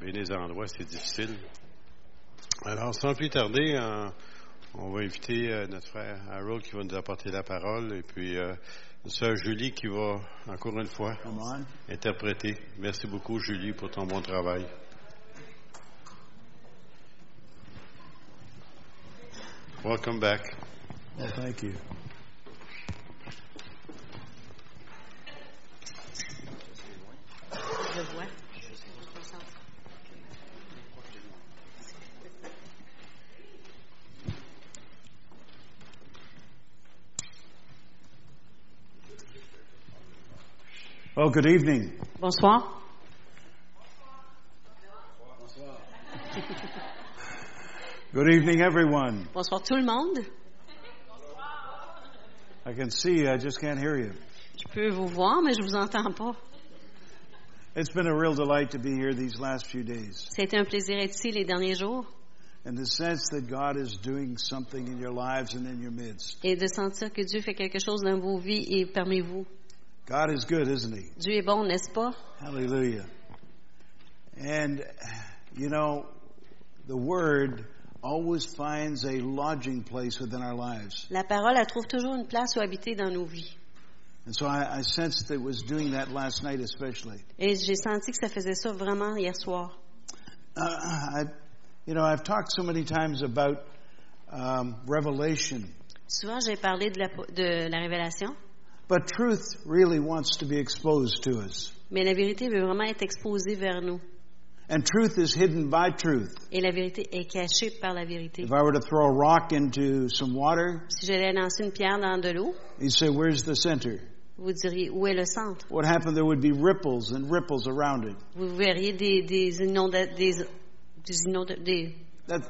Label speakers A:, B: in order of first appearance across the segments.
A: bien des endroits, c'est difficile. Alors, sans plus tarder, euh, on va inviter euh, notre frère Harold qui va nous apporter la parole et puis euh, notre sœur Julie qui va, encore une fois,
B: Come on.
A: interpréter. Merci beaucoup, Julie, pour ton bon travail. Welcome back.
B: Well, thank you.
C: Je vois.
B: Well, good evening.
C: Bonsoir.
B: Good evening, everyone.
C: Bonsoir tout le monde.
B: I can see you, I just can't hear you.
C: Je peux vous voir, mais je vous entends pas.
B: It's been a real delight to be here these last few days
C: C'était un plaisir d'être ici les derniers jours
B: and the sense that God is doing something in your lives and in your midst.
C: et de sentir que Dieu fait quelque chose dans vos vies et parmi vous.
B: God is good, isn't He?
C: Dieu est bon, n'est-ce pas?
B: Hallelujah. And, you know, the Word always finds a lodging place within our lives.
C: La parole, elle trouve toujours une place où habiter dans nos vies.
B: And so I, I sensed that it was doing that last night, especially.
C: Et j'ai senti que ça faisait ça vraiment hier soir.
B: Uh, I, you know, I've talked so many times about um, revelation,
C: Souvent, j'ai parlé de la, de la révélation,
B: but truth really wants to be exposed to us.
C: mais la vérité veut vraiment être exposée vers nous.
B: And truth is hidden by truth.
C: Et la vérité est cachée par la vérité.
B: If I were to throw a rock into some water,
C: Si j'allais lancer une pierre dans de l'eau,
B: you'd say, Where's the center?
C: vous diriez où est le centre?
B: What happened? There would be ripples and ripples around it.
C: Vous verriez des, des, inonda- des, des, inonda- des,
B: That,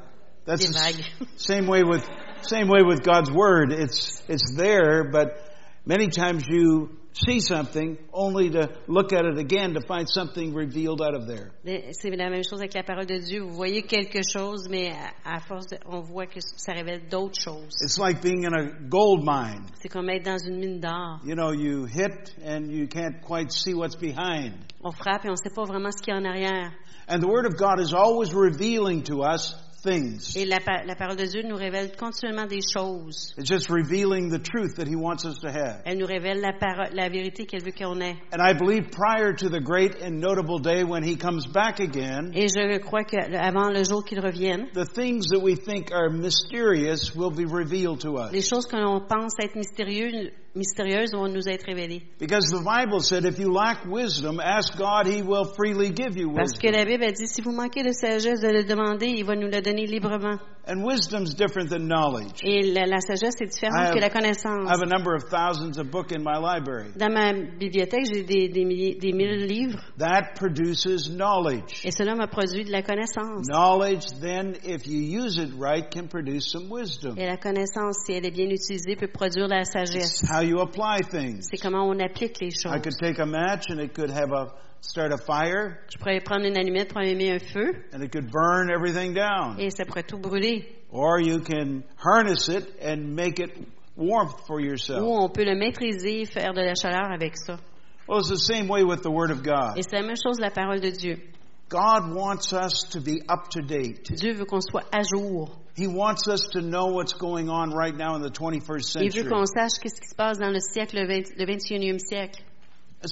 B: that's
C: des
B: the s-
C: vagues.
B: same way with same way with God's word. It's it's there, but many times you see something only to look at it again to find something revealed out of there.
C: Mais C'est la même chose avec la parole de Dieu. Vous voyez quelque chose, mais à, à force, de- on voit que ça révèle d'autres choses.
B: It's like being in a gold mine.
C: C'est comme être dans une mine d'or.
B: You know, you hit and you can't quite see what's behind.
C: On frappe et on ne sait pas vraiment ce qu'il y a en arrière.
B: And the word of God is always revealing to us things.
C: Et la, pa- la parole de Dieu nous révèle continuellement des choses.
B: It's just revealing the truth that he wants us to have.
C: Elle nous révèle la, parole- la vérité qu'elle veut qu'on ait.
B: And I believe prior to the great and notable day when he comes back again,
C: Et je crois que le- avant le jour qu'il revienne,
B: the things that we think are mysterious will be revealed to us.
C: les choses que l'on pense être mystérieuses, mystérieuses vont nous être révélées.
B: Because the Bible said if you lack wisdom, ask God, he will freely give you
C: Parce que
B: wisdom.
C: la Bible a dit, si vous manquez de sagesse de le demander, il va nous le donner librement.
B: And wisdom's different than knowledge.
C: Et la, la sagesse est
B: I
C: différente
B: have-
C: que la
B: I
C: connaissance.
B: have a number of thousands of book in my library.
C: Dans ma bibliothèque, j'ai des, des, milliers- des mille livres
B: That produces knowledge.
C: et cela m'a produit de la connaissance.
B: Knowledge, then, if you use it right, can produce some wisdom.
C: Et la connaissance, si elle est bien utilisée, peut produire de la sagesse.
B: It's how you apply things.
C: C'est comment on applique les choses.
B: I could take a match and it could have a start a fire
C: Je pourrais prendre une allumette pour allumer un feu
B: and it could burn everything down.
C: et ça pourrait tout brûler.
B: Or you can harness it and make it warmth for
C: Ou
B: yourself.
C: on peut le maîtriser, faire de la chaleur avec ça.
B: Well, it's the same way with the Word of God.
C: Et c'est la même chose la parole de Dieu.
B: God wants us to be up to date.
C: Dieu veut qu'on soit à jour.
B: He wants us to know what's going on right now in the 21st
C: Il veut qu'on
B: century.
C: sache qu'est-ce qui se passe dans le siècle, le, 20 le 21e siècle.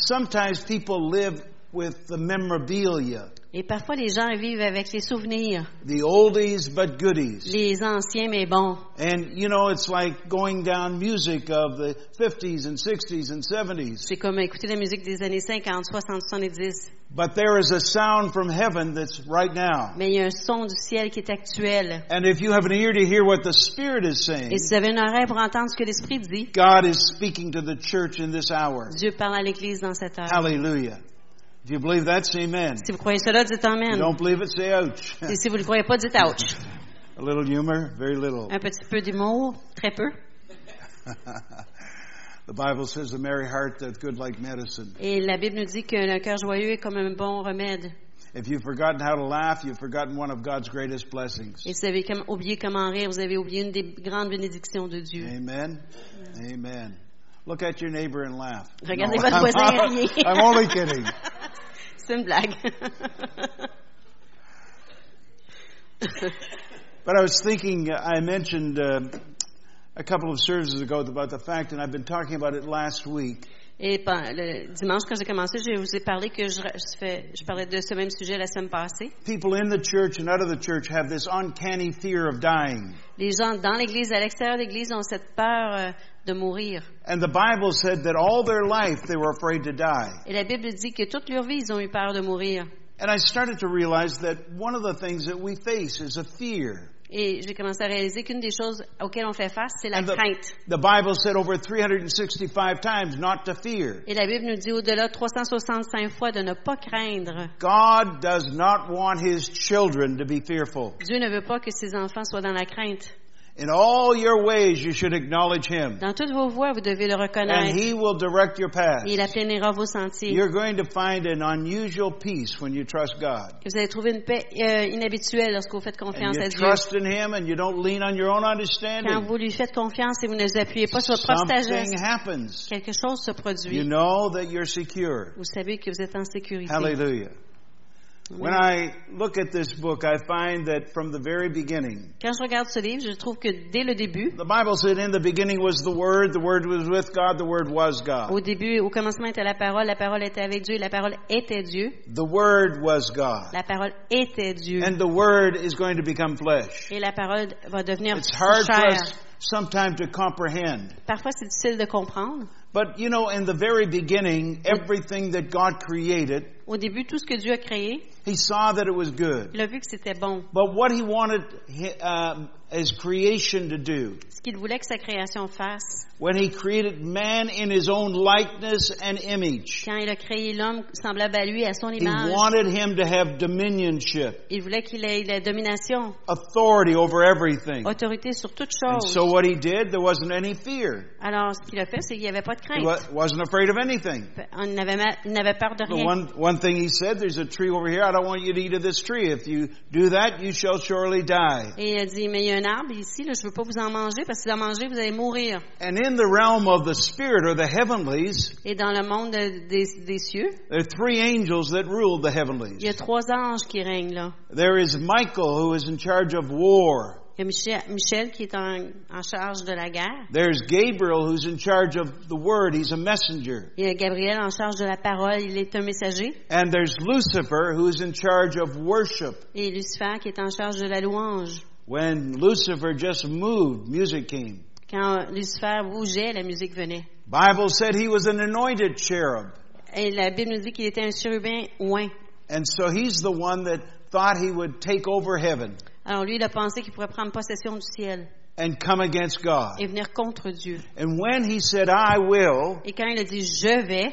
B: Sometimes people live with the memorabilia,
C: Et parfois, les gens vivent avec les souvenirs,
B: the oldies but goodies.
C: les anciens mais bons.
B: And you know, it's like going down music of the 50s and 60s and 70s.
C: C'est comme écouter la musique des années 50, 60, 70.
B: But there is a sound from heaven that's right now.
C: Mais il y a un son du ciel qui est actuel.
B: And if you have an ear to hear what the Spirit is saying,
C: Et si vous avez une oreille pour entendre ce que l'Esprit dit,
B: God is speaking to the church in this hour.
C: Dieu parle à l'Église dans cette
B: Ah
C: heure.
B: Hallelujah. If you believe that, say amen.
C: Si vous croyez cela, dites
B: If you
C: Amen.
B: don't believe it, say ouch.
C: Et si vous ne le croyez pas, dites Ouch.
B: a little humor, very little.
C: Un petit peu d'humour, très peu.
B: the Bible says a merry heart that's good like medicine.
C: Et la Bible nous dit que le cœur joyeux est comme un bon remède.
B: If you've forgotten how to laugh, you've forgotten one of God's greatest blessings.
C: Et si vous avez comme oublié comment rire, vous avez oublié une des grandes bénédictions de Dieu.
B: Amen. Amen. Look at your neighbor and laugh.
C: Regardez
B: No,
C: votre voisin
B: I'm-
C: rire.
B: I'm only kidding.
C: C'est une blague.
B: But I was thinking, I mentioned uh, a couple of services ago about the fact, and I've been talking about it last week,
C: Et pen- le dimanche, quand j'ai commencé, je vous ai parlé que je, je fais- je parlais de ce même sujet la semaine passée.
B: people in the church and out of the church have this uncanny fear of dying.
C: Les gens dans l'Église, à l'extérieur de l'Église, ont cette peur euh, de mourir.
B: And the Bible said that all their life they were afraid to die.
C: Et la Bible dit que toute leur vie, ils ont eu peur de mourir.
B: And I started to realize that one of the things that we face is a fear.
C: Et j'ai commencé à réaliser qu'une des choses auxquelles on fait face, c'est la
B: And the,
C: crainte.
B: the Bible said over 365 times not to fear.
C: Et la Bible nous dit au-delà de 365 fois de ne pas craindre.
B: God does not want his children to be fearful.
C: Dieu ne veut pas que ses enfants soient dans la crainte.
B: In all your ways, you should acknowledge him,
C: Dans toutes vos voies, vous devez le
B: and
C: reconnaître.
B: he will direct your path.
C: Et il aplanira vos sentiers.
B: You're going to find an unusual peace when you trust God.
C: Et Vous allez trouver une paix euh, inhabituelle lorsque vous faites
B: And
C: confiance à
B: you
C: Dieu.
B: trust in him, and you don't lean on your own
C: Quand
B: understanding.
C: vous lui faites confiance et vous ne vous appuyez pas sur votre propre sagesse,
B: Something happens.
C: quelque chose se produit.
B: You know that you're secure.
C: Vous savez que vous êtes en sécurité.
B: Hallelujah. When I look at this book, I find that from the very beginning,
C: Quand je regarde ce livre, je trouve que dès le début,
B: the Bible said, In the beginning was the Word, the Word was with God, the Word was God.
C: au début, au commencement était la parole, la parole était avec Dieu, et la parole était Dieu,
B: The Word was God.
C: la parole était Dieu.
B: And the Word is going to become flesh.
C: Et la parole va devenir
B: It's hard for
C: chair.
B: us sometimes to comprehend.
C: Parfois, c'est difficile de comprendre.
B: But you know, in the very beginning, everything that God created,
C: Au début, tout ce que Dieu a créé,
B: He saw that it was good.
C: il a vu que c'était bon.
B: But what He wanted uh, His creation to do,
C: Ce qu'il voulait que sa création fasse,
B: when He created man in His own likeness and image,
C: quand il a créé l'homme semblable à lui, à son
B: He
C: image,
B: wanted him to have dominionship,
C: il voulait qu'il ait la domination,
B: authority over everything.
C: autorité sur toute
B: And
C: chose.
B: so what he did, there wasn't any fear.
C: Alors, ce qu'il a fait, c'est qu'il n'y avait pas de
B: He
C: crainte.
B: wa- wasn't afraid of anything.
C: On n'avait ma- il n'avait peur de
B: The
C: rien.
B: one, one thing he said, there's a tree over here, I don't want you to eat of this tree. If you do that, you shall surely die.
C: Et il a dit, mais il y a un arbre ici, là, je ne veux pas vous en manger, parce que si vous en mangez, vous allez mourir.
B: And in the realm of the spirit or the heavenlies,
C: Et dans le monde euh, des, des cieux,
B: there are three angels that ruled the
C: il y
B: heavenlies.
C: a trois anges qui règnent là.
B: There is Michael who is in charge of war.
C: Il y a Michel, Michel qui est en, en charge de la guerre.
B: There's Gabriel who's in charge of the word. He's a messenger.
C: Il y a Gabriel en charge de la parole, il est un messager.
B: And there's Lucifer who's in charge of worship.
C: Et Lucifer qui est en charge de la louange.
B: When Lucifer just moved, music came.
C: Quand Lucifer bougeait, la musique venait.
B: Bible said he was an anointed cherub.
C: Et la Bible nous dit qu'il était un chérubin oint.
B: And so he's the one that thought he would take over heaven
C: Alors lui, il a pensé qu'il pourrait prendre possession du ciel
B: and come against God.
C: et venir contre Dieu.
B: And when he said, I will,
C: Et quand il a dit je vais,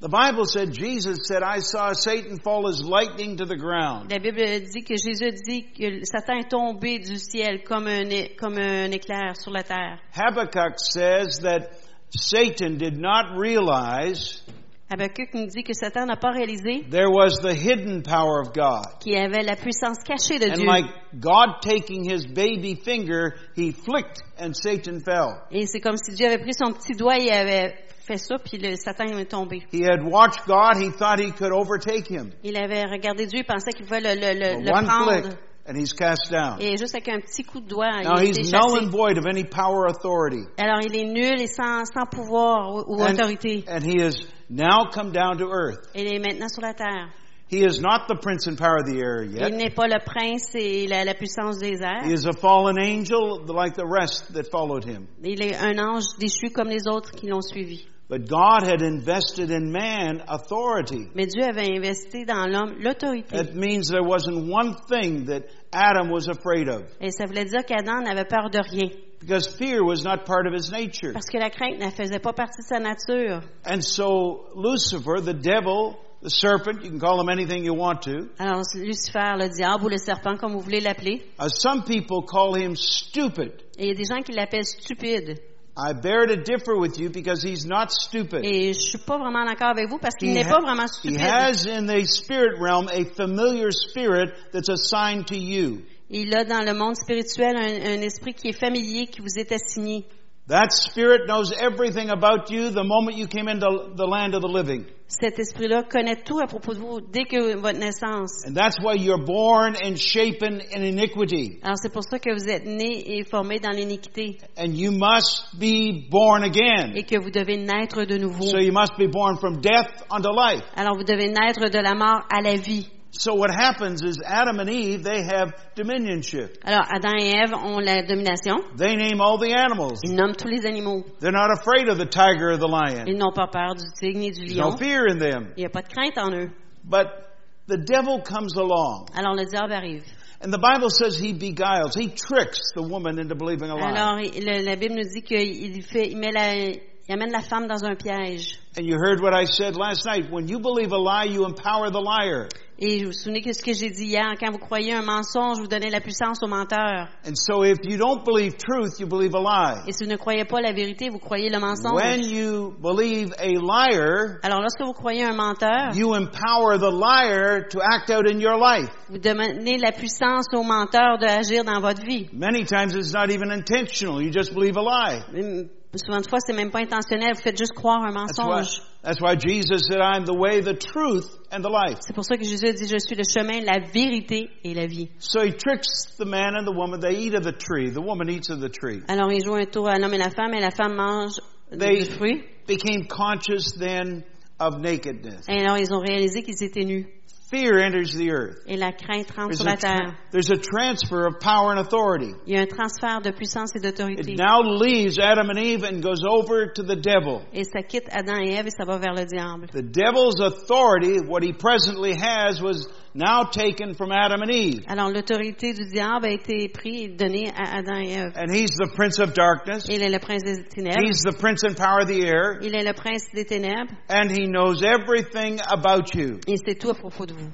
B: the Bible said Jesus said, I saw Satan fall as lightning to the ground.
C: la Bible dit que Jésus dit que Satan est tombé du ciel comme un, é- comme un éclair sur la terre.
B: Habakkuk says that Satan did not realize
C: Habakkuk nous dit que Satan n'a pas réalisé
B: there was the hidden power of God.
C: qu'il avait la puissance cachée de
B: And
C: Dieu.
B: like God taking his baby finger, he flicked and Satan fell.
C: Et c'est comme si Dieu avait pris son petit doigt et avait fait ça, puis le Satan est tombé.
B: He had watched God. He thought he could overtake him.
C: Il avait regardé Dieu, il pensait qu'il pouvait le, le- le-
B: But
C: le
B: one
C: prendre.
B: flick, and he's cast down.
C: Et juste avec un petit coup de doigt,
B: Now
C: il était
B: he's null
C: chassé.
B: and void of any power or authority.
C: Alors il est nul et sans, sans pouvoir ou, ou
B: And,
C: autorité.
B: and he has now come down to earth.
C: Il est maintenant sur la terre.
B: He is not the prince and power of the air yet.
C: Il n'est pas le prince et la, la puissance des airs.
B: He is a fallen angel like the rest that followed him.
C: Il est un ange déchu comme les autres qui l'ont suivi.
B: But God had invested in man authority.
C: Mais Dieu avait investi dans l'homme l'autorité.
B: That means there wasn't one thing that Adam was afraid of
C: Et ça voulait dire qu'Adam n'avait peur de rien.
B: because fear was not part of his nature.
C: Parce que la crainte ne faisait pas partie de sa nature.
B: And so Lucifer, the devil, the serpent, you can call him anything you want to.
C: Alors Lucifer, le diable ou le serpent, comme vous voulez l'appeler.
B: Uh, some people call him stupid.
C: Et il y a des gens qui l'appellent stupide.
B: I bear to differ with you because he's not stupid.
C: Et je suis pas vraiment d'accord avec vous parce qu'il
B: He
C: n'est
B: ha-
C: pas vraiment
B: He
C: stupide.
B: has in the spirit realm a familiar spirit that's assigned to you.
C: Il a dans le monde spirituel un, un esprit qui est familier, qui vous est assigné.
B: That spirit knows everything about you the moment you came into the land of the living.
C: Cet esprit-là connaît tout à propos de vous dès que votre naissance.
B: And that's why you're born and shapen in iniquity.
C: Alors c'est pour ça que vous êtes né et formé dans l'iniquité
B: And you must be born
C: et
B: again.
C: que vous devez naître de nouveau.
B: So you must be born from death unto life.
C: Alors vous devez naître de la mort à la vie.
B: So what happens is Adam and Eve, they have dominionship.
C: Alors Adam et Ève ont la domination.
B: They name all the animals.
C: Ils nomment tous les animaux.
B: They're not afraid of the tiger or the lion.
C: Ils n'ont pas peur du tigre ni du
B: There's no
C: lion.
B: fear in them.
C: Il n'y a pas de crainte en eux.
B: But the devil comes along.
C: Alors le diable arrive.
B: And the Bible says he beguiles, he tricks the woman into believing a lie.
C: Alors il- le- la Bible nous dit qu'il fait, il met la- il amène la femme dans un piège.
B: And you heard what I said last night. When you believe a lie, you empower the liar.
C: Et je vous souvenez que ce que j'ai dit hier, quand vous croyez un mensonge, vous donnez la puissance au menteur.
B: And so if you don't believe truth, you believe a lie.
C: Et si vous ne croyez pas la vérité, vous croyez le
B: When
C: mensonge.
B: you believe a liar,
C: Alors lorsque vous croyez un menteur,
B: you empower the liar to act out in your life.
C: vous donnez la puissance au menteur de agir dans votre vie.
B: Many times it's not even intentional. You just believe a lie.
C: Hum, Souvent de fois, c'est même pas intentionnel. Vous faites juste croire un
B: That's why,
C: mensonge.
B: that's why Jesus said, I'm the way, the truth, and the life.
C: C'est pour ça que Jésus a dit, je suis le chemin, la vérité et la vie.
B: So he tricks the man and the woman. They eat of the tree. The woman eats of the tree.
C: Alors, il joue un tour à l'homme et la femme, et la femme mange
B: They-
C: des fruits.
B: Became conscious then of nakedness.
C: Et alors, ils ont réalisé qu'ils étaient nus.
B: Fear enters the earth.
C: Et la crainte rentre
B: There's
C: sur
B: a,
C: la
B: tra-
C: terre.
B: there's a transfer of power and authority.
C: Il y a un transfert de puissance et
B: It
C: d'autorité.
B: now leaves Adam and Eve and goes over to the devil.
C: Et ça quitte Adam et Ève et ça va vers le diable.
B: The devil's authority, what he presently has, was now taken from Adam and Eve.
C: Alors, l'autorité du diable a été prise et donnée à Adam et Ève.
B: And he's the prince of darkness.
C: Il est le prince des ténèbres.
B: He's the prince and power of the air.
C: Il est le prince des ténèbres.
B: And he knows everything about you.
C: Et c'est tout à propos de vous.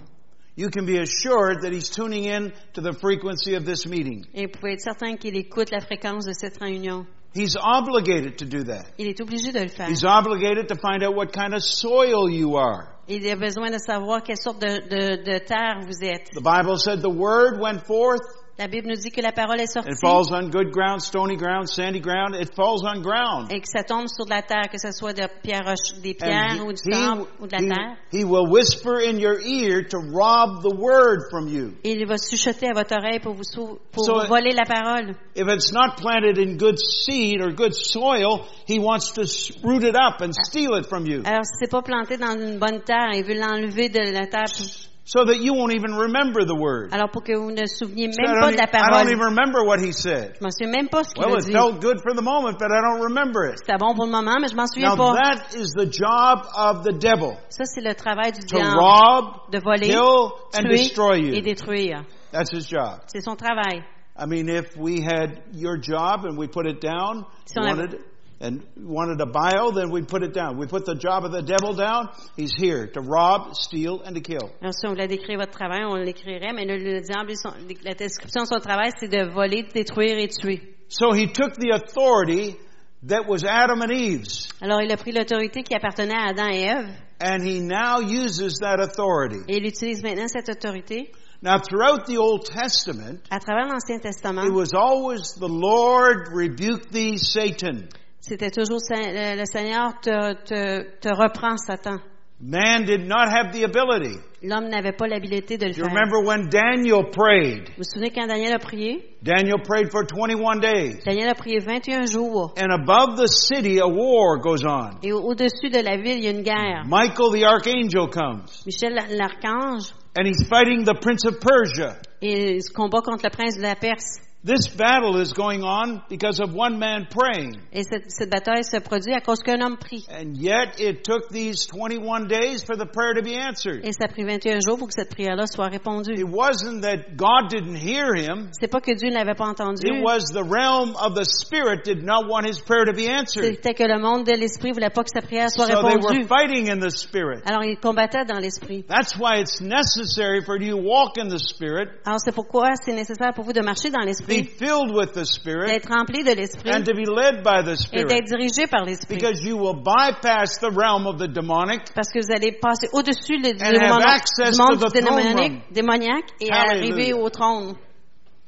B: You can be assured that he's tuning in to the frequency of this meeting.
C: Et vous pouvez être certain qu'il écoute la fréquence de cette réunion.
B: He's obligated to do that.
C: Il est obligé de le faire.
B: He's obligated to find out what kind of soil you are.
C: Il a besoin de savoir quelle sorte de, de- de terre vous êtes.
B: The Bible said the word went forth
C: La Bible nous dit que la parole est
B: and
C: sortie
B: it falls on good ground, stony ground, sandy ground. It falls on ground.
C: et que ça tombe sur de la terre, que ce soit de pierres roche- des
B: And
C: pierres ou du sable ou de la
B: he-
C: terre.
B: he will whisper in your ear to rob the word from you.
C: Et il va chuchoter à votre oreille pour vous, sou- pour
B: So-
C: vous voler la parole.
B: If it's not planted in good seed or good soil, he wants to s- root it up and steal it from you
C: Alors, si c'est pas planté dans une bonne terre, il veut l'enlever de la terre. pour-
B: so that you won't even remember the word.
C: Alors, pour que vous ne souveniez
B: So I don't
C: même pas
B: e-
C: de la
B: I don't even
C: parole.
B: remember what he said.
C: Je m'en souviens même pas ce qu'il
B: Well,
C: a
B: it
C: dit.
B: felt good for the moment, but I don't remember it.
C: C'était bon pour le moment, mais je m'en
B: Now
C: souviens pas.
B: that is the job of the devil.
C: Ça, c'est le travail du
B: To
C: diable.
B: rob,
C: De voler,
B: kill, and destroy
C: tuer et
B: you.
C: détruire.
B: That's his job.
C: C'est son travail.
B: I mean, if we had your job and we put it down,
C: Si on avait-
B: wanted, and wanted a bio, then we put it down. We put the job of the devil down. He's here to rob, steal, and to kill.
C: Alors, si on voulait décrire votre travail, on l'écrirait, mais le, le diable, son- la description de son travail, c'est de voler, de détruire et de tuer.
B: So he took the authority that was Adam and Eve's,
C: Alors, il a pris l'autorité qui appartenait à Adam et Ève,
B: and he now uses that authority.
C: et il utilise maintenant cette autorité
B: Now, throughout the Old Testament,
C: à travers l'Ancien Testament.
B: it was always the Lord rebuked thee, Satan.
C: C'était toujours Sa- le, le Seigneur te, te, te reprend, Satan.
B: Man did not have the ability.
C: L'homme n'avait pas l'habilité de le
B: You
C: faire.
B: remember when Daniel prayed?
C: Vous vous souvenez quand Daniel a prié?
B: Daniel prayed for 21 days.
C: Daniel a prié 21 jours.
B: And above the city, a war goes on.
C: Et au- au-dessus de la ville, il y a une guerre.
B: Michael the archangel comes,
C: Michel l'archange,
B: and he's fighting the prince of Persia.
C: il se combat contre le prince de la Perse.
B: This battle is going on because of one man praying.
C: Et cette, cette bataille se produit à cause qu'un homme prie.
B: And yet it took these 21 days for the prayer to be answered.
C: Et ça a pris 21 jours pour que cette prière-là soit répondue.
B: It wasn't that God didn't hear him.
C: C'est pas que Dieu ne l'avait pas entendu.
B: It was the realm of the spirit did not want his prayer to be answered.
C: C'était que le monde de l'esprit voulait pas que sa prière
B: So
C: soit
B: they were
C: répondue.
B: fighting in the spirit.
C: Alors, il combattait dans l'esprit.
B: That's why it's necessary for you to walk in the spirit,
C: Alors, c'est pourquoi c'est nécessaire pour vous de marcher dans
B: be
C: l'esprit,
B: filled with the spirit,
C: d'être rempli de l'esprit
B: and to be led by the
C: et
B: spirit.
C: d'être dirigé par l'esprit.
B: Because you will bypass the realm of the demonic,
C: Parce que vous allez passer au-dessus le- du,
B: And have
C: monde-
B: access
C: du monde
B: to the
C: du
B: throne
C: démoniaque, démoniaque et
B: Hallelujah.
C: arriver au trône.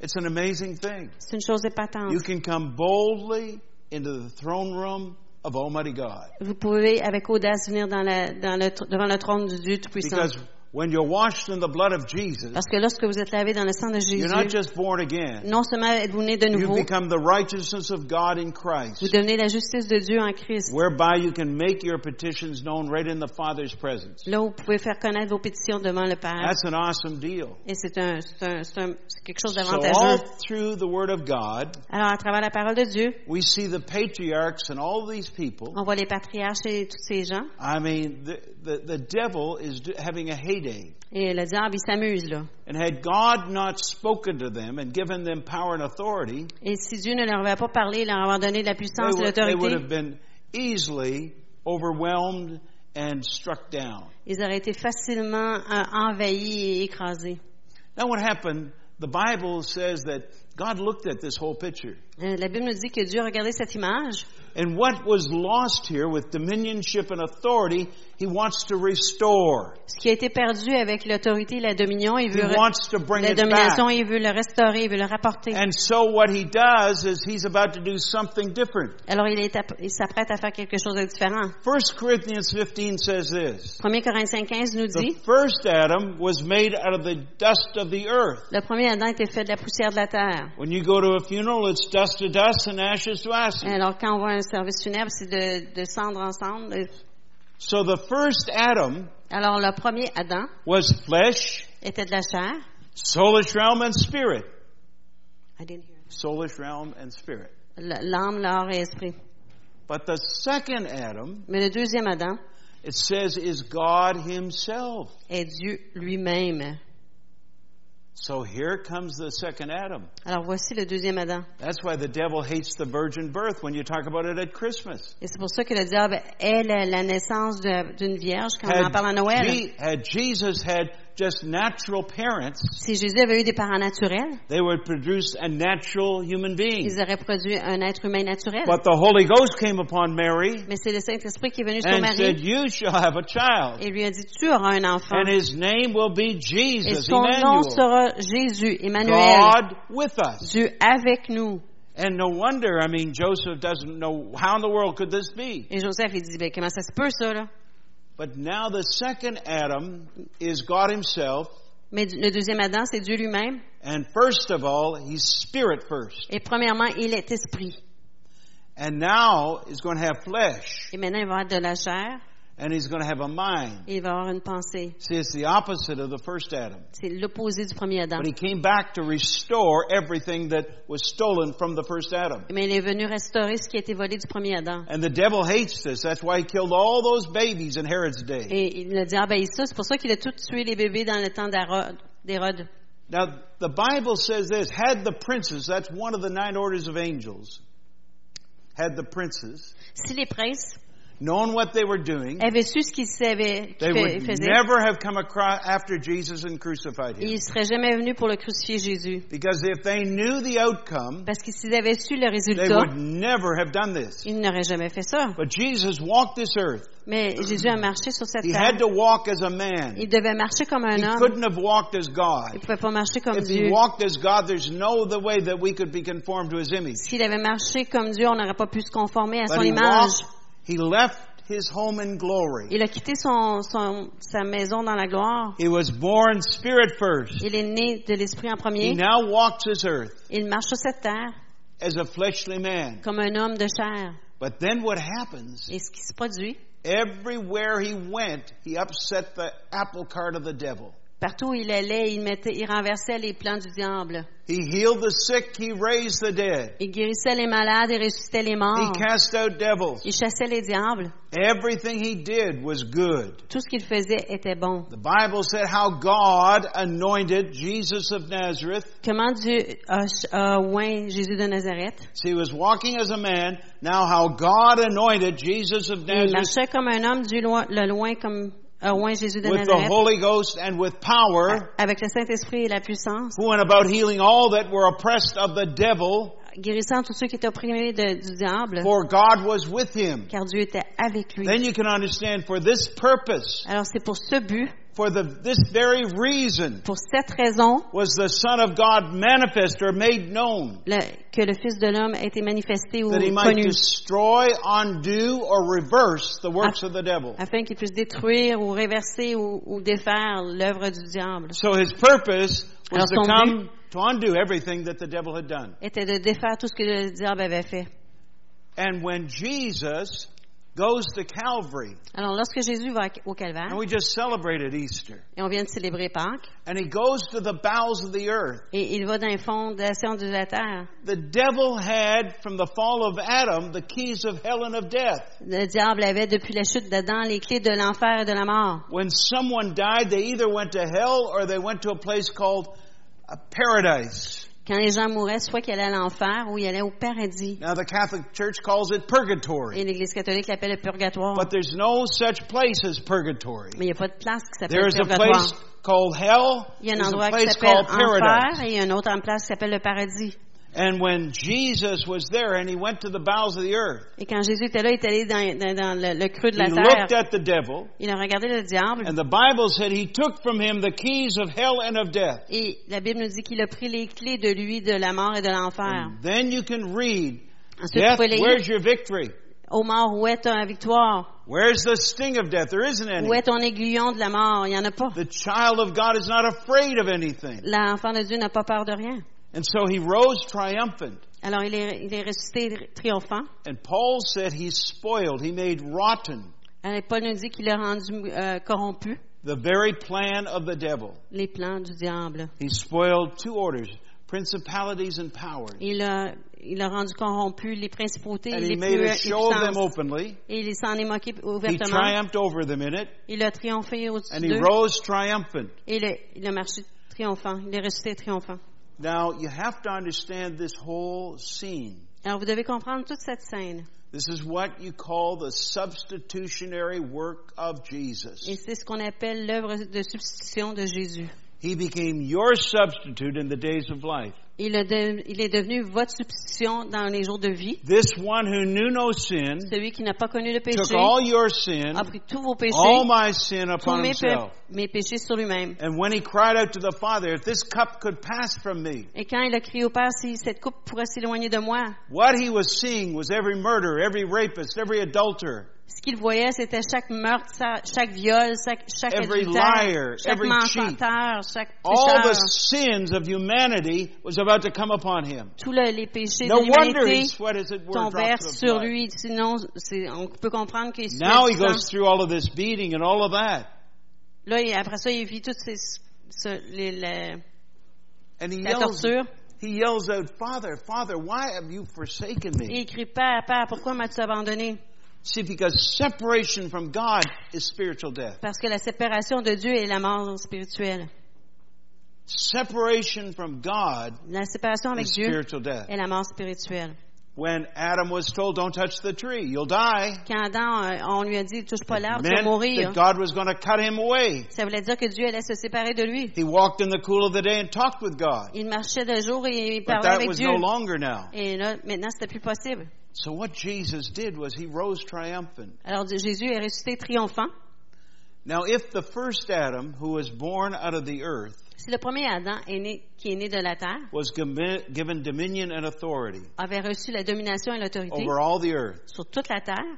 B: it's an amazing thing.
C: C'est une chose épatante.
B: You can come boldly into the throne room of Almighty God.
C: Vous pouvez avec audace venir dans la- dans le tr- devant le trône du Dieu Tout-Puissant.
B: Because when you're washed in the blood of Jesus,
C: Parce que lorsque vous êtes lavé dans le sang de Jésus,
B: you're not just born again.
C: non seulement êtes-vous né de
B: You
C: nouveau,
B: become the righteousness of God in Christ.
C: vous devenez la justice de Dieu en Christ.
B: whereby you can make your petitions known right in the Father's presence.
C: Là, vous pouvez faire connaître vos pétitions devant le Père.
B: That's an awesome deal.
C: Et c'est un, c'est un- c'est un- c'est quelque chose
B: So
C: d'avantageux.
B: all through the Word of God,
C: Alors, à travers la parole de Dieu,
B: we see the patriarchs and all these people.
C: on voit les patriarches et tous ces gens.
B: I mean, the, the, the devil is do- having a heyday.
C: Et le diable, il s'amuse, là.
B: And had God not spoken to them and given them power and authority,
C: Et si Dieu ne leur avait pas parlé, leur avoir donné de la puissance
B: they
C: et
B: would, they would
C: l'autorité,
B: have been easily overwhelmed and struck down.
C: ils auraient été facilement euh, envahis et écrasés.
B: Now, what happened? The Bible says that God looked at this whole picture.
C: Euh, La Bible nous dit que Dieu a regardé cette image
B: And what was lost here with dominionship and authority, he wants to restore.
C: Ce qui a été perdu avec l'autorité et la dominion, il
B: He
C: veut re-
B: wants to bring
C: la
B: it back.
C: domination, il veut le restaurer, il veut le rapporter.
B: And so what he does is he's about to do something different.
C: Alors il est app- il s'apprête à faire quelque chose de différent.
B: 1 Corinthians 15 says this.
C: 1 Corinthiens 15 nous
B: The
C: dit
B: first Adam was made out of the dust of the earth.
C: le premier Adam était fait de la poussière de la terre.
B: When you go to a funeral, it's dust to dust and ashes to ashes.
C: Alors quand on voit un service funèbre, c'est de, de cendre ensemble.
B: So the first Adam
C: Alors le premier Adam
B: was flesh,
C: était de la chair.
B: soulish realm, and spirit.
C: I didn't hear.
B: Soulish realm and spirit.
C: L- L'âme, l'or et esprit.
B: But the second Adam
C: Mais le deuxième Adam
B: It says is God Himself.
C: est Dieu lui-même.
B: So here comes the second Adam.
C: Alors voici le deuxième Adam.
B: That's why the devil hates the virgin birth when you talk about it at Christmas.
C: Et c'est pour ça que le diable est la, la naissance de- d'une vierge quand on en parle à Noël.
B: Je- had Jesus had just natural parents,
C: Si Jésus avait eu des parents naturels,
B: they would produce a natural human being.
C: ils auraient produit un être humain naturel.
B: But the Holy Ghost came upon Mary
C: Mais c'est le Saint-Esprit qui est venu sur
B: and said,
C: Marie
B: "You shall have a child,
C: et lui a dit, tu auras un enfant.
B: and his name will be
C: Et
B: Jesus,
C: son nom
B: Emmanuel,
C: sera Jésus, Emmanuel,
B: God with us."
C: Dieu avec nous.
B: And no wonder, I mean, Joseph doesn't know how in the world could this be.
C: Et Joseph, il dit, ben, comment ça se peut ça, là?
B: But now the second Adam is God Himself,
C: Mais du- le deuxième Adam, c'est Dieu lui-même.
B: and first of all, He's Spirit first.
C: Et premièrement, il est esprit.
B: And now He's going to have flesh,
C: Et maintenant, il va avoir de la chair
B: and He's going to have a mind.
C: et il va avoir une pensée.
B: See, it's the opposite of the first Adam.
C: C'est l'opposé du premier Adam.
B: But He came back to restore everything that was stolen from the first Adam.
C: Mais il est venu restaurer ce qui a été volé du premier Adam.
B: And the devil hates this. That's why he killed all those babies in Herod's day.
C: Et il a dit, ah ben ça, c'est pour ça qu'il a tout tué les bébés dans le temps d'Haro- d'Hérode.
B: Now, the Bible says this had the princes, that's one of the nine orders of angels, had the princes
C: Si les princes
B: known what they were doing,
C: avaient su ce qu'ils savaient,
B: They
C: qu'ils fais-
B: would
C: faisaient,
B: never have come across after Jesus and crucified
C: ils
B: him.
C: ne seraient jamais venus pour le crucifier Jésus.
B: Because if they knew the outcome,
C: Parce que s'ils avaient su le
B: they
C: résultat,
B: would never have done this.
C: ils n'auraient jamais fait ça.
B: But Jesus walked this earth.
C: Mais Jésus a marché sur cette
B: He
C: terre.
B: had to walk as a man.
C: Il devait marcher comme un
B: He
C: homme.
B: couldn't have walked as
C: Il ne
B: God.
C: pouvait pas marcher comme
B: If he
C: Dieu.
B: walked as God, there's no other way that we could be conformed to his image.
C: S'il avait marché comme Dieu, on n'aurait pas pu se conformer à son
B: But he
C: image.
B: walked, he left his home in glory.
C: Il a quitté son, son- sa maison dans la gloire.
B: He was born spirit first.
C: Il est né de l'Esprit en
B: He
C: premier.
B: now walks this earth
C: Il marche sur cette terre
B: as a fleshly man.
C: comme un homme de chair.
B: But then what happens
C: Et ce qui se produit,
B: Everywhere he went, he upset the apple cart of the devil.
C: partout où il allait, il, mettait, il renversait les plans du diable.
B: He healed the sick, he raised the dead.
C: Il guérissait les malades et ressuscitait les morts.
B: He cast out devils.
C: Il chassait les diables.
B: Everything he did was good.
C: Tout ce qu'il faisait était bon.
B: The Bible said how God anointed Jesus of Nazareth.
C: Comment Dieu a, a oint Jésus de Nazareth?
B: See, he was walking as a man. Now how God anointed Jesus of
C: Il
B: Nazareth
C: marchait comme un homme, Dieu loin- le loin comme a oint Jésus de
B: with the
C: Nazareth.
B: Holy Ghost and with power,
C: Avec le Saint-Esprit et la puissance,
B: who went about healing all that were oppressed of the devil.
C: guérissant tous ceux qui étaient opprimés de- du diable,
B: for God was with him.
C: car Dieu était avec lui.
B: Then you can understand for this purpose,
C: Alors c'est pour ce but,
B: for the, this very reason,
C: pour cette raison,
B: was the Son of God manifest or made known,
C: le- que le Fils de l'homme a été manifesté ou
B: that he might
C: connu,
B: destroy, undo, or reverse the works of the devil.
C: afin qu'il puisse détruire ou réverser ou, ou défaire l'œuvre du diable.
B: So his purpose was
C: Alors,
B: to
C: son
B: come to undo everything that the devil had done.
C: Était de défaire tout ce que le diable avait fait.
B: And when Jesus goes to Calvary,
C: Alors lorsque Jésus va au Calvaire,
B: and we just celebrated Easter,
C: et on vient de célébrer Pâques,
B: and he goes to the bowels of the earth,
C: et il va dans les fondations de la terre,
B: the devil had from the fall of Adam the keys of hell and of death.
C: le diable avait depuis la chute d'Adam les clés de l'enfer et de la mort.
B: When someone died, they either went to hell or they went to a place called a paradise.
C: Quand les gens mouraient, soit qu'ils allaient à l'enfer ou ils allaient au paradis.
B: Now the Catholic Church calls it
C: Et
B: purgatory,
C: l'Église catholique l'appelle le purgatoire.
B: but there's no such place as purgatory.
C: Mais il n'y a pas de place qui s'appelle
B: There is a
C: purgatoire.
B: place called hell.
C: Il y a un
B: there's
C: endroit
B: a
C: qui
B: place
C: s'appelle
B: called
C: enfer
B: paradise.
C: et il y a un autre en place qui s'appelle le paradis.
B: And when Jesus was there and he went to the bowels of the earth,
C: Et quand Jésus était là, il est allé dans, dans- dans le, le creux de
B: he
C: la terre.
B: looked at the devil,
C: Il a regardé le diable
B: and the Bible said he took from him the keys of hell and of death.
C: et la Bible nous dit qu'il a pris les clés de lui, de la mort et de l'enfer.
B: And then you can read,
C: Ensuite, vous
B: Death,
C: pouvez lire
B: where's your victory?
C: Au mort, où est ta victoire?
B: Where's the sting of death? There isn't
C: Où
B: any.
C: est ton aiguillon de la mort? Il n'y en a pas.
B: The child of God is not afraid of anything.
C: L'enfant de Dieu n'a pas peur de rien.
B: And so he rose triumphant.
C: Alors, il est, il est ressuscité triomphant.
B: And Paul said he spoiled, he made rotten
C: Alors, Euh, Paul nous dit qu'il a rendu euh, corrompu
B: the very plan of the devil.
C: les plans du diable.
B: He spoiled two orders, principalities and powers.
C: Il a, il a rendu corrompu les principautés et
B: And he
C: les plus
B: made
C: euh,
B: a show of them
C: puissances.
B: openly.
C: Et il s'en est moqué
B: He
C: ouvertement.
B: triumphed over them in it.
C: Il a triomphé au-dessus
B: And he
C: d'eux.
B: rose triumphant.
C: Et il a, il a marché triomphant. Il est ressuscité triomphant.
B: Now, you have to understand this whole scene.
C: Alors, vous devez comprendre toute cette scène.
B: This is what you call the substitutionary work of Jesus.
C: Et c'est ce qu'on appelle l'œuvre de substitution de Jésus.
B: He became your substitute in the days of life.
C: Il, a de- il est devenu votre substitution dans les jours de vie.
B: This one who knew no sin
C: Celui qui n'a pas connu le
B: took
C: péché
B: all your sin,
C: a pris tous vos péchés,
B: all my sin
C: tous
B: upon
C: mes, pe-
B: himself.
C: mes péchés sur lui-même.
B: And when he cried out to the Father, if this cup could pass from me,
C: Et quand il a crié au Père, si cette coupe pourrait s'éloigner de moi,
B: what he was seeing was every murderer, every rapist, every adulterer,
C: ce qu'il voyait, c'était chaque meurtre, sa- chaque viol, chaque, chaque
B: Every
C: adultère,
B: liar,
C: chaque
B: every
C: menteur, chaque
B: All the
C: pécheur.
B: sins of humanity was about to come upon him.
C: Tous le- les péchés
B: No
C: de
B: wonder
C: l'humanité
B: he sweat as it were
C: tombèrent
B: drops of
C: sur
B: blood.
C: lui. Sinon, c'est- on peut comprendre qu'il se
B: Now he goes through all of this beating and all of that.
C: Là, il- après ça, il vit toutes ces, ce- les- la-
B: And he
C: la
B: yells,
C: torture.
B: he yells out, Father, Father, why have you forsaken
C: Et
B: me?
C: il crie, Père, Père, pourquoi m'as-tu abandonné?
B: See, because separation from God is spiritual death.
C: Parce que la séparation de Dieu est la mort spirituelle.
B: Separation from God
C: La séparation avec
B: is
C: Dieu
B: spiritual death.
C: est la mort spirituelle.
B: When Adam was told, don't touch the tree, you'll die,
C: Quand Adam, euh, on lui a dit, touche pas l'arbre, tu vas
B: meant
C: mourir.
B: that God was going to cut him away.
C: Ça voulait dire que Dieu allait se séparer de lui.
B: He walked in the cool of the day and talked with God.
C: Il marchait de jour et il
B: But
C: parlait
B: that
C: avec
B: was
C: Dieu.
B: no longer now.
C: Et là, maintenant, c'était plus possible.
B: So what Jesus did was he rose triumphant.
C: Alors Dieu- Jésus est ressuscité triomphant.
B: Now, if the first Adam, who was born out of the earth,
C: Si le premier Adam est né, qui est né de la terre
B: was given given dominion and authority
C: avait reçu la domination et l'autorité
B: over all the earth,
C: sur toute la terre,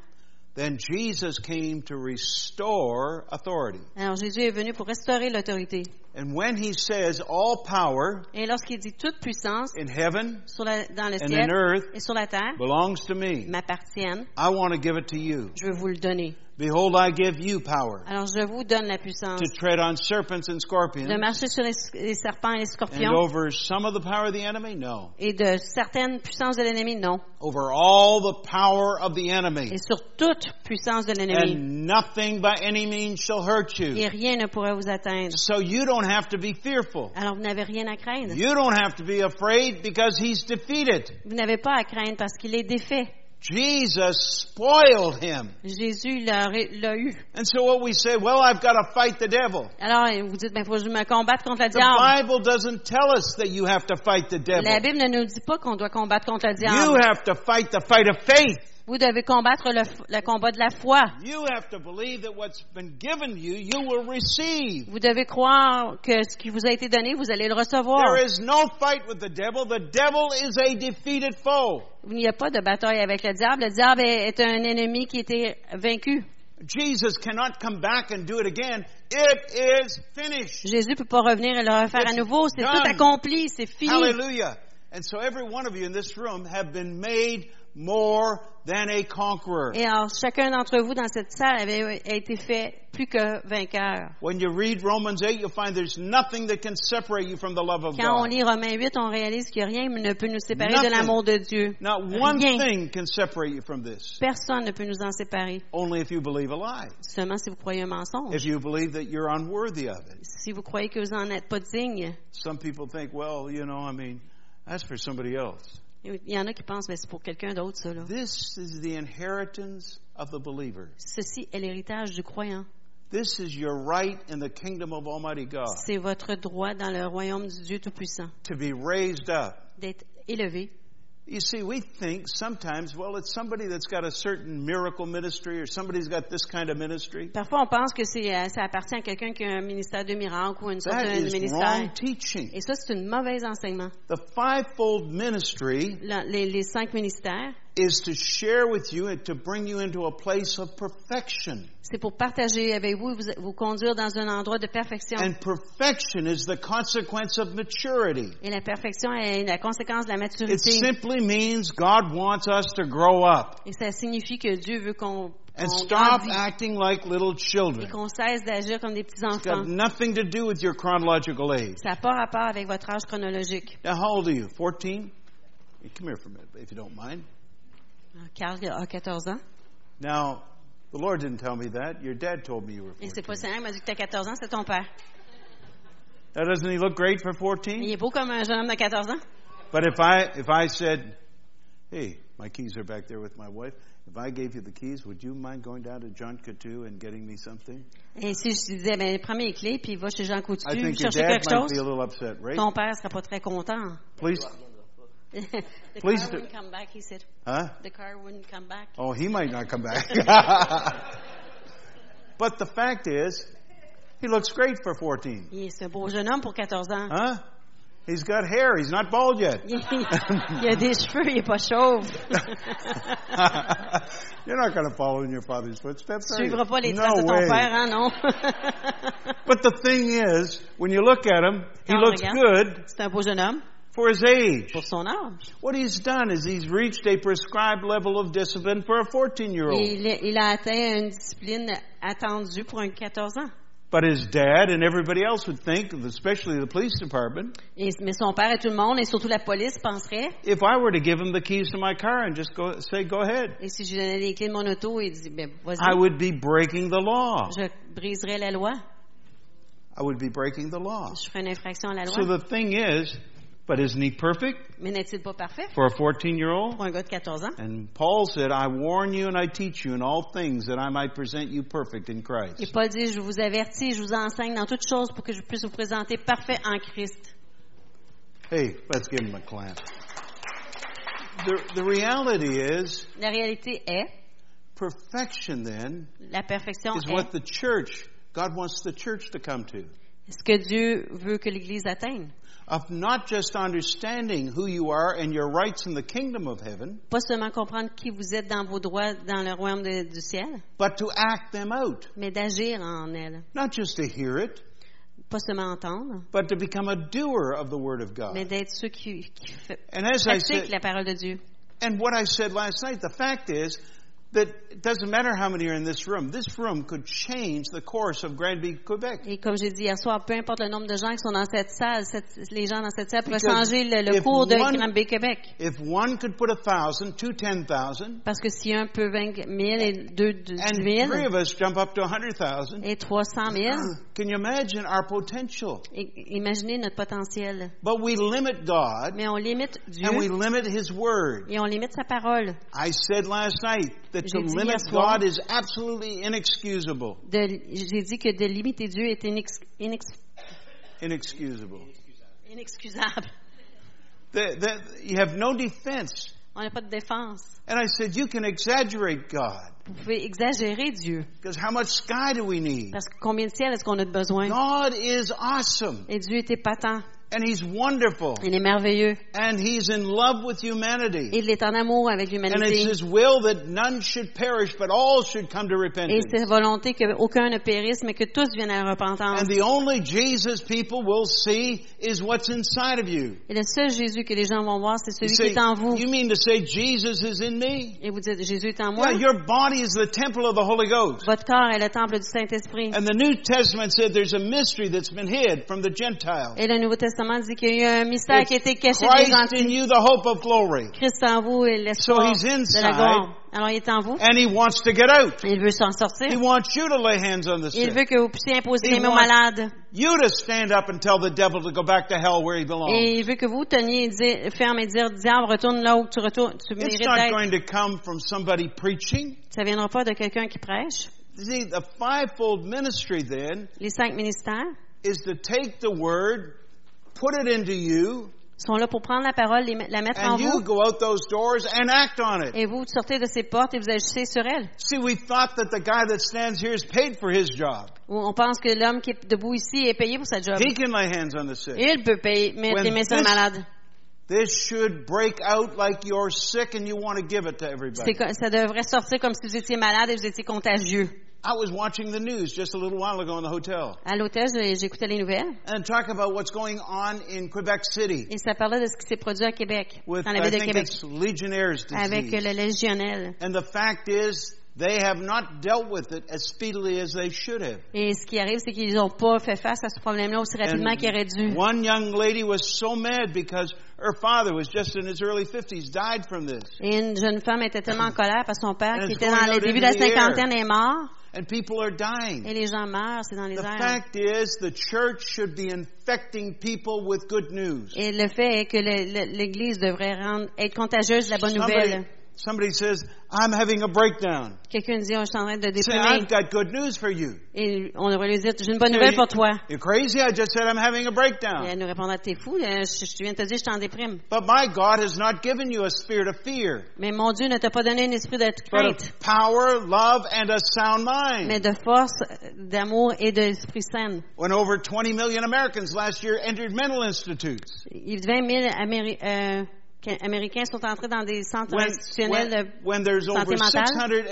B: then Jesus came to restore authority.
C: alors Jésus est venu pour restaurer l'autorité.
B: And when he says all power
C: Et lorsqu'il dit toute puissance
B: in heaven
C: sur la- dans le
B: and in
C: ciel
B: earth
C: et sur la terre
B: belongs to me,
C: m'appartiennent,
B: I want to give it to you.
C: je veux vous le donner.
B: Behold, I give you power
C: Alors je vous donne la puissance
B: to tread on serpents and scorpions
C: de marcher sur les, les serpents et les
B: and
C: scorpions
B: over some of the power of the enemy? No.
C: et de certaines puissances de l'ennemi, non.
B: Over all the power of the enemy.
C: Et sur toute puissance de l'ennemi.
B: And nothing by any means shall hurt you.
C: Et rien ne pourra vous atteindre.
B: So you don't have to be fearful.
C: Alors vous n'avez rien à craindre.
B: You don't have to be afraid because he's defeated.
C: Vous n'avez pas à craindre parce qu'il est défait.
B: Jesus spoiled him.
C: Jésus l'a l'a eu.
B: And so what we say, well, I've got to fight the devil.
C: Alors, vous dites, ben, faut que je me combatte contre le
B: The
C: diable.
B: Bible doesn't tell us that you have to fight the devil.
C: La Bible ne nous dit pas qu'on doit combattre contre le
B: You
C: diable.
B: have to fight the fight of faith.
C: Vous devez combattre le, f- le combat de la foi.
B: You have to believe that what's been given you, you will receive.
C: Vous devez croire que ce qui vous a été donné, vous allez le recevoir.
B: There is no fight with the devil. The devil is a defeated foe.
C: Il n'y a pas de bataille avec le diable. Le diable est est un ennemi qui a été vaincu.
B: Jesus cannot come back and do it again. It is finished.
C: Jésus ne peut pas revenir et le refaire à nouveau. C'est tout accompli, c'est fini.
B: Hallelujah. And so every one of you in this room have been made more than a conqueror.
C: Et alors, chacun d'entre vous dans cette salle avait a été fait plus que vainqueur.
B: When you read Romans 8, you'll find there's nothing that can separate you from the love of
C: Quand on
B: God.
C: lit Romains 8, on réalise que rien ne peut nous séparer
B: Nothing.
C: de l'amour de Dieu.
B: Not one
C: Rien.
B: thing can separate you from this.
C: Personne ne peut nous en séparer.
B: Only if you believe a lie.
C: Seulement si vous croyez un
B: If
C: mensonge.
B: you believe that you're unworthy of it.
C: Si vous croyez que vous n'en êtes pas digne.
B: Some people think, well, you know, I mean, that's for somebody else.
C: Il y en a qui pensent, mais c'est pour quelqu'un d'autre, ça. là.
B: This is the inheritance of the believer.
C: Ceci est l'héritage du croyant.
B: This is your right in the kingdom of Almighty God
C: C'est votre droit dans le royaume du Dieu Tout-Puissant,
B: to be raised up.
C: d'être élevé.
B: You see, we think sometimes, well, it's somebody that's got a certain miracle ministry or somebody's got this kind of ministry.
C: Parfois, on pense que c'est, euh, ça appartient à quelqu'un qui a un ministère de miracle ou une sorte
B: That
C: de
B: is
C: ministère.
B: wrong teaching.
C: Et ça, c'est une mauvaise enseignement.
B: The fivefold ministry
C: La- les, les cinq ministères,
B: is to share with you and to bring you into a place of perfection.
C: c'est pour partager avec vous, et vous, vous conduire dans un endroit de perfection.
B: And perfection is the consequence of maturity.
C: Et la perfection est la conséquence de la
B: It
C: maturité.
B: simply means God wants us to grow up
C: Et ça signifie que Dieu veut qu'on
B: and
C: qu'on
B: stop
C: grandisse
B: acting like little
C: et
B: children.
C: qu'on cesse d'agir comme des petits
B: It's got
C: enfants.
B: nothing to do with your chronological age.
C: Ça n'a pas rapport avec votre âge chronologique.
B: Now, how old are you? 14? Come here for a minute, if you don't mind.
C: Alors, Ah, Carl a 14 ans.
B: Now, the Lord didn't tell me that. Your dad told me you were
C: Et
B: 14.
C: c'est pas Seigneur qui m'a dit que t'as 14 ans, c'est ton père.
B: Now, doesn't he look great for
C: Il
B: 14?
C: est beau comme un jeune homme de 14 ans.
B: But if I, if I said, hey, my keys are back there with my wife. If I gave you the keys, would you mind going down to John Coutu and getting me something?
C: Et si je disais, ben, prends mes clés, puis va chez Jean
B: I
C: Coutu
B: think your
C: chercher
B: dad might
C: quelque
B: be a
C: chose,
B: little upset, right?
C: ton père serait pas très content.
B: Please,
C: The
B: Please
C: car
B: do-
C: wouldn't come back, he said.
B: huh?
C: The car wouldn't come back.
B: Oh, he might not come back. but the fact is, he looks great for 14.
C: Il est- C'est un beau jeune homme pour 14 ans.
B: Huh? He's got hair. He's not bald yet.
C: Il, il a des cheveux, il est pas chauve.
B: You're not going to follow in your father's footsteps.
C: tu
B: Are you?
C: suivras pas les
B: no
C: traces de ton
B: way.
C: père, hein, non?
B: But the thing is, when you look at him, he
C: Quand on
B: looks
C: regarde.
B: good
C: c'est un beau jeune homme
B: for his age.
C: pour son âge.
B: What he's done is he's reached a prescribed level of discipline for a 14 year
C: Et
B: old.
C: il, est- il a atteint une discipline attendue pour un 14 ans.
B: But his dad and everybody else would think, especially the police department,
C: Et- mais son père et tout le monde, et surtout la police, penserait,
B: if I were to give him the keys to my car and just go, say, go ahead,
C: et si je lui donnais les clés de mon auto, il dit, ben,
B: I
C: vas-y,
B: would be breaking the law.
C: je briserais la loi.
B: I would be breaking the law.
C: Je ferais une infraction à la loi.
B: So the thing is, but isn't he perfect
C: Mais n'est-il pas parfait
B: for a 14 year old?
C: pour un gars de 14 ans?
B: And Paul said, I warn you and I teach you in all things that I might present you perfect in
C: Et
B: Christ.
C: Paul dit, je vous avertis, je vous enseigne dans toutes choses pour que je puisse vous présenter parfait en Christ.
B: Hey, let's give him a clap. The, the reality is,
C: La réalité est,
B: perfection then
C: la perfection
B: is what
C: est
B: the church, God wants the church to come to.
C: ce que Dieu veut que l'Église atteigne.
B: Of not just understanding who you are and your rights in the kingdom of heaven,
C: Pas seulement comprendre qui vous êtes dans vos droits dans le royaume de- du ciel,
B: but to act them out.
C: mais d'agir en elle.
B: Not just to hear it,
C: Pas seulement entendre,
B: but to become a doer of the Word of
C: mais
B: God.
C: d'être ceux qui, qui fait-
B: And as I
C: pratiquent
B: said,
C: la parole de Dieu.
B: and what I said last night, the fact is, that it doesn't matter how many are in this room, this room could change the course of Granby, Quebec.
C: Et comme j'ai dit hier soir, peu importe le nombre de gens qui sont dans cette salle, cette- les gens dans cette salle pourraient
B: Because
C: changer le, le
B: if
C: cours de
B: one-
C: Granby Québec.
B: If one could put a thousand, two ten thousand,
C: Parce que si un peut 20 000 et deux de-
B: and
C: 10 000
B: three of Ah. us jump up to a hundred thousand,
C: et 300 000,
B: can you imagine our potential?
C: i- imaginez notre potentiel.
B: But we limit God
C: Mais on limite Dieu
B: and we limit His Word.
C: et on limite sa parole.
B: I said last night that to
C: J'ai dit hier
B: limit
C: soir-
B: God is absolutely inexcusable.
C: De- J'ai dit que de limiter Dieu est inex- inex-
B: Inexcusable.
C: inexcusable.
B: That- that- you have no defense.
C: On n'a pas de défense.
B: And I said, you can exaggerate God.
C: Vous pouvez exagérer Dieu.
B: Because how much sky do we need?
C: Parce que combien de ciel est-ce qu'on a de besoin?
B: God is awesome
C: Et Dieu est épatant.
B: and He's wonderful
C: Il est merveilleux.
B: and He's in love with humanity.
C: Il est en amour avec
B: And it's
C: l'humanité.
B: His will that none should perish but all should come to
C: Et
B: repentance.
C: c'est volonté qu'aucun ne périsse, mais que tous viennent à la repentance.
B: And the only Jesus people will see is what's inside of you.
C: Et le seul Jésus que les gens vont voir, c'est
B: You,
C: celui
B: say,
C: qui est en vous.
B: you mean to say Jesus is in me?
C: Et vous dites, Jésus est en moi.
B: Well, your body is the temple of the Holy Ghost.
C: Votre corps est le temple du Saint-Esprit.
B: And the New Testament said there's a mystery that's been hid from the Gentiles.
C: Et le Nouveau Testament dit qu'il y a eu un mystère qui a été
B: It's
C: caché des
B: Christ in
C: gentils.
B: you, the hope of glory.
C: Christ en vous est
B: So
C: l'espoir
B: he's
C: de
B: inside.
C: la gloire. Alors il est en vous.
B: And He wants to get out.
C: Il veut s'en
B: He
C: sortir.
B: wants you to lay hands on the
C: Il
B: sick.
C: veut que vous puissiez imposer
B: He
C: les mains aux
B: wants-
C: malades.
B: You to stand up and tell the devil to go back to hell where he belongs.
C: Et il veut que vous teniez et dire- ferme et dire, diable, retourne là où tu retournes, tu
B: It's
C: mérites
B: not
C: d'être.
B: going to come from somebody preaching.
C: Ça viendra pas de quelqu'un qui prêche.
B: You See, the fivefold ministry then
C: Les cinq ministères
B: is to take the word, put it into you,
C: sont là pour prendre la parole, les- la mettre en
B: and you
C: vous.
B: go out those doors and act on it.
C: Et vous sortez de ces portes et vous agissez sur elles.
B: See, we thought that the guy that stands here is paid for his job.
C: Ou On pense que l'homme qui est debout ici est payé pour sa job.
B: He can lay hands on the sick.
C: Il peut payer, mettre
B: When
C: les mains sur
B: this-
C: le malade.
B: This should break out like you're sick and you want to give it to
C: C'est
B: everybody.
C: co- ça devrait sortir comme si vous étiez malade et vous étiez contagieux.
B: I was watching the news just a little while ago in the hotel
C: À l'hôtel, j'ai- j'écoutais les nouvelles
B: and talk about what's going on in Quebec City
C: et ça parlait de ce qui s'est produit à Québec,
B: with
C: dans la
B: I
C: ville de
B: think
C: Québec,
B: it's Legionnaires
C: avec
B: disease.
C: le légionnel.
B: And the fact is they have not dealt with it as speedily as they should have.
C: Et ce qui arrive, c'est qu'ils n'ont pas fait face à ce problème-là aussi rapidement qu'ils auraient dû.
B: And one young lady was so mad because her father was just in his early 50s, died from this.
C: Et une jeune femme était tellement en colère parce que son père,
B: And
C: qui
B: it's
C: était dans
B: going
C: le
B: out
C: début de la
B: into the air.
C: cinquantaine, est mort.
B: And people are dying.
C: Et les gens meurent, c'est dans les
B: The
C: airs.
B: fact is, the church should be infecting people with good news.
C: Et le fait est que le- le- l'Église devrait rendre, être contagieuse de la bonne
B: Somebody,
C: nouvelle.
B: somebody says, I'm having a breakdown.
C: Quelqu'un dit, oh, je suis en train de
B: Say,
C: déprimer.
B: I've got good news for you.
C: Et on devrait lui dire, j'ai une bonne
B: Say,
C: nouvelle pour toi.
B: You're crazy? I just said I'm having a
C: Et elle
B: breakdown.
C: nous répondra, t'es fou, là, je, je viens de te dire, je t'en déprime.
B: But my God has not given you a spirit of fear,
C: Mais mon Dieu ne t'a pas donné un esprit de
B: but
C: crainte,
B: of power, love, and a sound mind.
C: mais de force, d'amour et d'esprit sain.
B: When over 20 million Americans last year entered mental institutes.
C: Il- 20 000 Améri- euh, Ca- Américains sont entrés dans des centres
B: When,
C: institutionnels
B: when,
C: de
B: when there's over
C: santé mentale.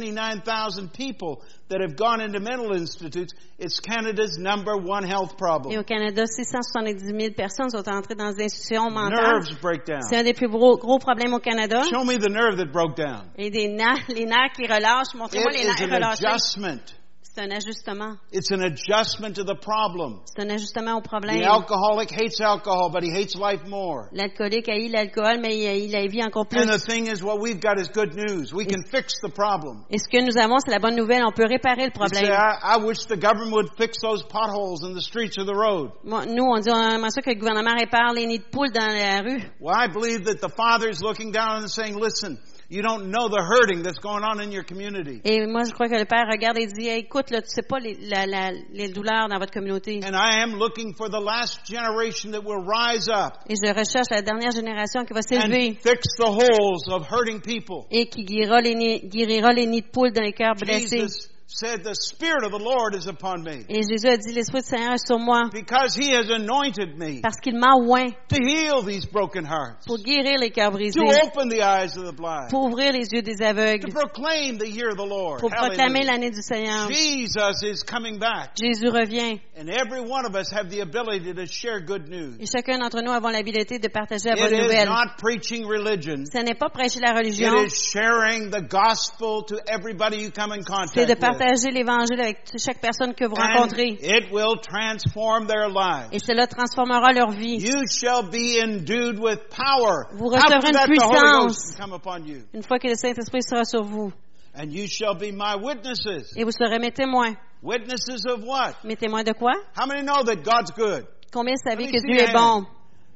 B: 679,000 people that have gone into mental institutes, it's Canada's number one health problem.
C: Et au Canada, 670 000 personnes sont entrées dans des institutions mentales.
B: Nerves break down.
C: C'est un des plus gros, gros problèmes au Canada.
B: Show me the nerve that broke down.
C: Et des nerfs, les nerfs qui relâchent. Montrez-moi les
B: It
C: nerfs
B: is an
C: relâchés.
B: adjustment.
C: C'est un ajustement.
B: It's an adjustment to the problem.
C: C'est un ajustement au problème.
B: The alcoholic hates alcohol, but he hates life more.
C: L'alcoolique haït l'alcool, mais il, il la vit encore plus.
B: And the thing is, what we've got is good news. We can fix the problem.
C: Et ce que nous avons, c'est la bonne nouvelle. On peut réparer le
B: You say,
C: problème.
B: I, I wish the government would fix those potholes in the streets of the road.
C: Moi, Nous, on dit, on aimerait ça que le gouvernement répare les nids de poules dans la rue.
B: Well, I believe that the Father is looking down and saying, listen, you don't know the hurting that's going on in your community.
C: Et moi, je crois que le Père regarde et dit, Hey, écoute, là, tu sais pas les, la- la- les douleurs dans votre communauté.
B: And I am looking for the last generation that will rise up
C: Et je recherche la dernière génération qui va s'élever
B: and fix the holes of hurting people.
C: et qui guérira les, nids- guérira les nids de poules dans les cœurs blessés.
B: Jesus said, The Spirit of the Lord is upon me
C: Et Jésus a dit, l'Esprit du Seigneur est sur moi
B: because He has anointed me
C: parce qu'il m'a oint
B: to heal these broken hearts,
C: pour guérir les cœurs brisés,
B: to open the eyes of the blind,
C: pour ouvrir les yeux des
B: to
C: aveugles,
B: proclaim the year of the Lord.
C: pour proclamer
B: Hallelujah.
C: l'année du Seigneur.
B: Jesus is coming back,
C: Jésus revient
B: and every one of us have the ability to share good
C: et
B: news.
C: chacun d'entre nous avons l'habileté de partager la
B: It
C: bonne
B: is
C: nouvelle.
B: not preaching religion.
C: Ce n'est pas prêcher la religion,
B: It is sharing the gospel to everybody you come in contact
C: c'est de
B: with.
C: partager l'évangile avec chaque personne que vous
B: And
C: rencontrez.
B: it will transform their lives.
C: Et cela transformera leur vie.
B: You shall be endued with power.
C: Vous
B: After
C: recevrez une
B: that, the Holy Ghost
C: puissance.
B: will come upon you.
C: Une fois que le Saint-Esprit sera sur vous,
B: And you shall be my witnesses.
C: et vous serez mes témoins.
B: Witnesses of what?
C: Mes témoins de quoi?
B: How many know that God's good?
C: Combien savez
B: Let me
C: que
B: see
C: Dieu
B: your
C: est bon?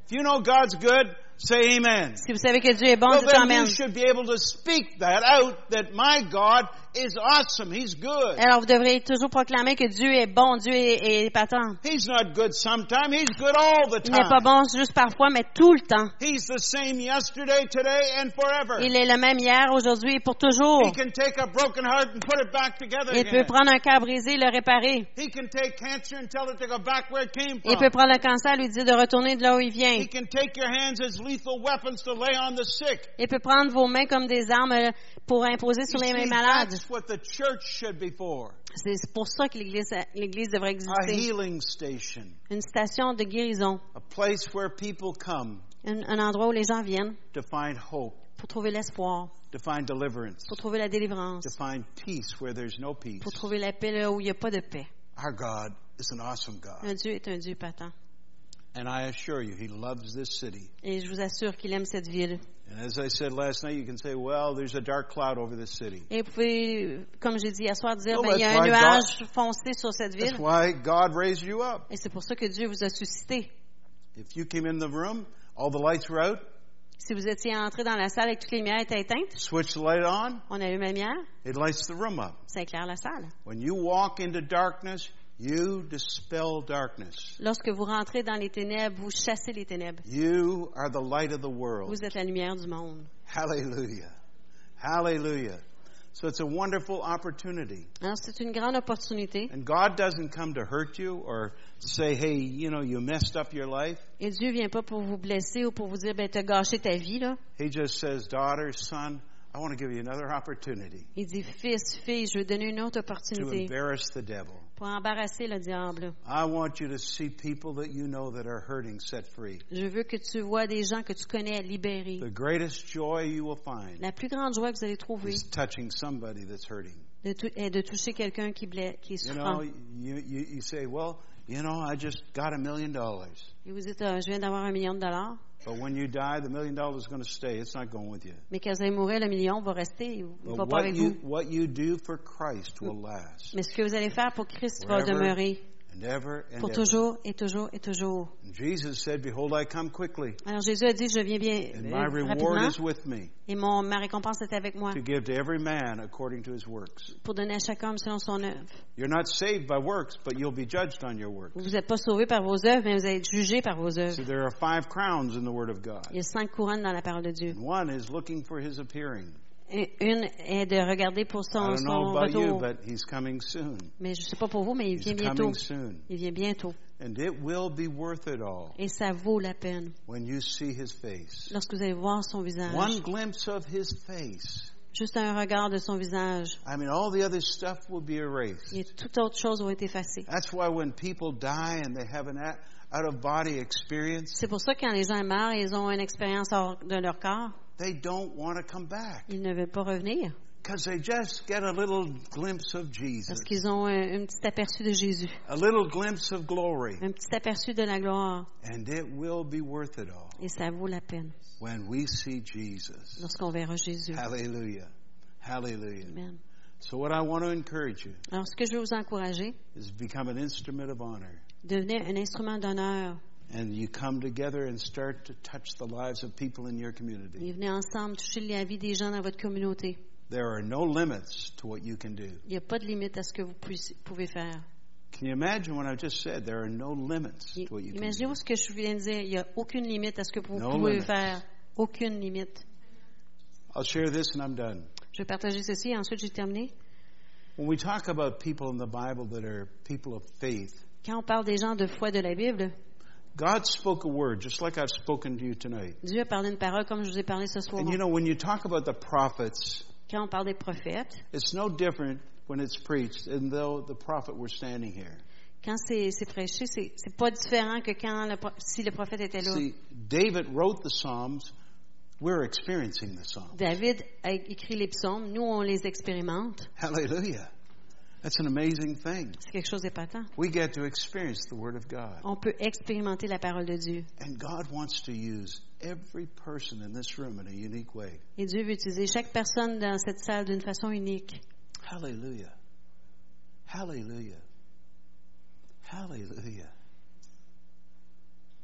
B: If you know God's good, say amen.
C: Si vous savez que Dieu est bon,
B: Well, ben,
C: dites
B: then
C: amen.
B: you should be able to speak that out that my God is awesome. He's good.
C: Alors vous devrez toujours proclamer que Dieu est bon, Dieu est, est patent.
B: He's not good sometime. He's good all the
C: Il n'est pas
B: time.
C: bon juste parfois, mais tout le temps.
B: He's the same yesterday, today, and forever.
C: Il est le même hier, aujourd'hui et pour
B: He
C: toujours.
B: can take a broken heart and put it back together
C: Il
B: again.
C: peut prendre un cœur brisé et le réparer.
B: He can take cancer and tell it to go back where it came
C: Il
B: from.
C: peut prendre le cancer et lui dire de retourner de là où il vient.
B: Ah. He can take your hands as lethal weapons to lay on the sick.
C: Il peut prendre vos mains comme des armes euh, pour imposer sur
B: You
C: les
B: see,
C: malades.
B: That's what the church should be for.
C: C'est pour ça que l'Église l'Église devrait
B: A
C: exister.
B: healing station.
C: Une station de guérison.
B: A place where people come
C: Un, un endroit où les gens viennent
B: to find hope,
C: pour trouver l'espoir,
B: to find deliverance,
C: pour trouver la délivrance,
B: to find peace where there's no peace.
C: pour trouver la paix là où il n'y a pas de paix.
B: Our God is an awesome God.
C: Un Dieu est un Dieu patent.
B: And I assure you, He loves this city.
C: Et je vous assure qu'il aime cette ville.
B: And as I said last night, you can say, well, there's a dark cloud over this city.
C: Et vous pouvez, comme j'ai dit hier soir, dire,
B: Oh,
C: ben, il y a
B: that's
C: un
B: why
C: nuage foncé sur cette ville.
B: That's why God raised you up.
C: Et c'est pour ça que Dieu vous a suscité.
B: If you came in the room, all the lights were out,
C: Si vous étiez entré dans la salle et que toutes les lumières étaient éteintes,
B: switch the light on,
C: on allume la lumière,
B: it lights the room up.
C: ça éclaire la salle.
B: When you walk into darkness, you dispel darkness.
C: Lorsque vous rentrez dans les ténèbres, vous chassez les ténèbres.
B: You are the light of the world.
C: Vous êtes la lumière du monde.
B: Hallelujah. Hallelujah. So it's a wonderful opportunity.
C: Alors, c'est une grande opportunité.
B: And God doesn't come to hurt you or say, hey, you know, you messed up your life.
C: Et Dieu vient pas pour vous blesser ou pour vous dire, ben, t'as gâché ta vie, là.
B: He just says, daughter, son, I want to give you another opportunity
C: Il dit, fils, fille, je veux donner une
B: to
C: autre opportunité
B: embarrass the devil.
C: pour embarrasser le diable.
B: I want you to see people that you know that are hurting set free.
C: Je veux que tu vois des gens que tu connais libérés.
B: The greatest joy you will find
C: La plus grande joie que vous allez trouver
B: is touching somebody that's hurting.
C: de tou- est de toucher quelqu'un qui, bla- qui est
B: You know,
C: souffrant.
B: you, you, you say, well, you know, I just got a million dollars.
C: Et vous dites, Ah, je viens d'avoir un million de dollars,
B: But when you die, the million dollars is going to stay. It's not going with you.
C: mais quand vous allez mourir, le million va rester, il ne va
B: But
C: pas
B: what
C: avec
B: you,
C: vous.
B: what you do for Christ will last.
C: Mais ce que vous allez faire pour Christ va
B: Forever
C: demeurer
B: and ever and
C: pour
B: ever.
C: toujours et toujours et toujours.
B: And Jesus said, behold, I come quickly.
C: Alors Jésus a dit, je viens bien
B: And
C: euh,
B: my reward
C: rapidement
B: is with me
C: et mon, ma récompense est avec moi
B: to give to every man according to his works.
C: pour donner à chaque homme selon son œuvre.
B: You're not saved by works, but you'll be judged on your works.
C: Vous n'êtes pas sauvés par vos œuvres, mais vous êtes jugés par vos œuvres.
B: See, there are five crowns in the Word of God.
C: Il y a cinq couronnes dans la parole de Dieu.
B: And one is looking for his appearing.
C: Et Une est de regarder pour
B: I
C: son,
B: don't know
C: son
B: about you,
C: retour.
B: but he's coming soon.
C: Mais je ne sais pas pour vous, mais il
B: He's
C: vient bientôt.
B: coming soon.
C: Il vient bientôt.
B: And it will be worth it all
C: Et ça vaut la peine
B: when you see his face.
C: lorsque vous allez voir son visage.
B: One glimpse of his face.
C: Juste un regard de son visage.
B: I mean, all the other stuff will be erased.
C: Et toute autre chose va être effacée.
B: That's why when people die and they have an out of body experience,
C: C'est pour ça que quand les gens meurent, ils ont une expérience hors de leur corps.
B: they don't want to come back
C: Ils ne veulent pas revenir
B: because they just get a little glimpse of Jesus,
C: parce qu'ils ont un, un petit aperçu de Jésus,
B: a little glimpse of glory,
C: un petit aperçu de la gloire.
B: and it will be worth it all
C: Et ça vaut la peine
B: when we see Jesus.
C: lorsqu'on verra Jésus.
B: Ah. Hallelujah. Hallelujah.
C: Amen.
B: So, what I want to encourage you
C: Alors, ce que je veux vous encourager,
B: is become an instrument of honor.
C: devenez un instrument d'honneur
B: And you come together and start to touch the lives of people in your community.
C: Et venez ensemble toucher la vie des gens dans votre communauté.
B: There are no limits to what you can do.
C: Il n'y a pas de limite à ce que vous puissiez- pouvez faire.
B: Can you imagine what I just said? There are no limits
C: Et
B: to what you can do.
C: Imaginez-vous ce que je viens de dire. Il n'y a aucune limite à ce que vous
B: No
C: pouvez
B: limits.
C: faire. Aucune limite.
B: I'll share this and I'm done.
C: Je vais partager ceci et ensuite j'ai terminé.
B: When we talk about people in the Bible that are people of faith,
C: Quand on parle des gens de foi de la Bible,
B: God spoke a word, just like I've spoken to you tonight.
C: Dieu a parlé une parole comme je vous ai parlé ce soir.
B: And you know, when you talk about the prophets,
C: Quand on parle des prophètes,
B: it's no different when it's preached, and though the prophet were standing here.
C: quand c'est c'est prêché, c'est c'est pas différent que quand le, pro- si le prophète était là.
B: See, David wrote the Psalms. We're experiencing the Psalms.
C: David a écrit les psaumes, nous on les expérimente.
B: Hallelujah. That's an amazing thing.
C: C'est quelque chose d'épatant.
B: We get to experience the Word of God.
C: On peut expérimenter la parole de Dieu.
B: And God wants to use every person in this room in a unique way.
C: Et Dieu veut utiliser chaque personne dans cette salle d'une façon unique.
B: Hallelujah. Hallelujah. Hallelujah.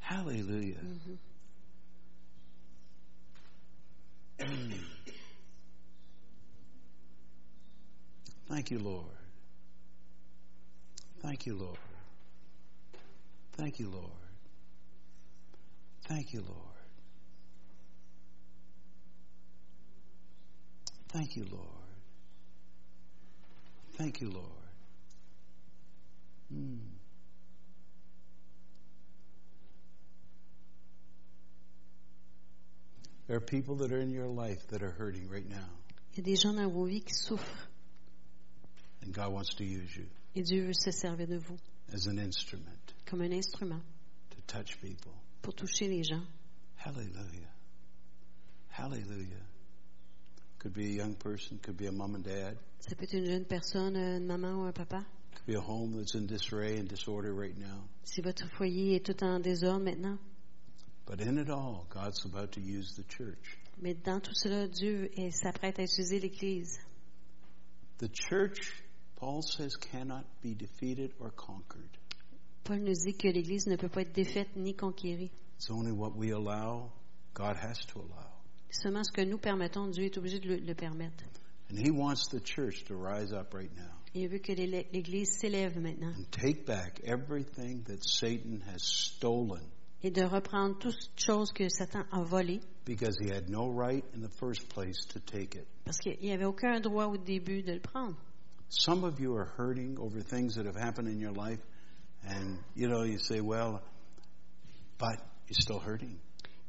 B: Hallelujah. Mm. Thank you, Lord. Thank you, Lord. Thank you, Lord. Thank you, Lord. Thank you, Lord. Thank you, Lord. Mm. There are people that are in your life that are hurting right now,
C: Il y a des gens dans vos vies qui souffrent
B: and God wants to use you
C: et Dieu veut se servir de vous
B: as an instrument
C: comme un instrument
B: to touch people.
C: pour toucher les gens.
B: Hallelujah. Hallelujah. Could be a young person, could be a mom and dad,
C: Ça peut être une jeune personne, une maman ou un papa.
B: could be a home that's in disarray and disorder right now.
C: Si votre foyer est tout en désordre maintenant,
B: But in it all, God's about to use the church.
C: mais dans tout cela, Dieu est- s'apprête à utiliser l'Église.
B: The church, Paul says, cannot be defeated or conquered.
C: Paul nous dit que l'Église ne peut pas être défaite ni conquérie.
B: It's only what we allow, God has to allow.
C: Seulement ce que nous permettons, Dieu est obligé de le, le permettre.
B: And He wants the church to rise up right now
C: Il veut que l'élé- l'Église s'élève maintenant
B: and take back everything that Satan has stolen
C: et de reprendre toutes choses que Satan a volées
B: because he had no right in the first place to take it.
C: parce qu'il n'y avait aucun droit au début de le prendre.
B: Some of you are hurting over things that have happened in your life, and you know, you say, well, but you're still hurting.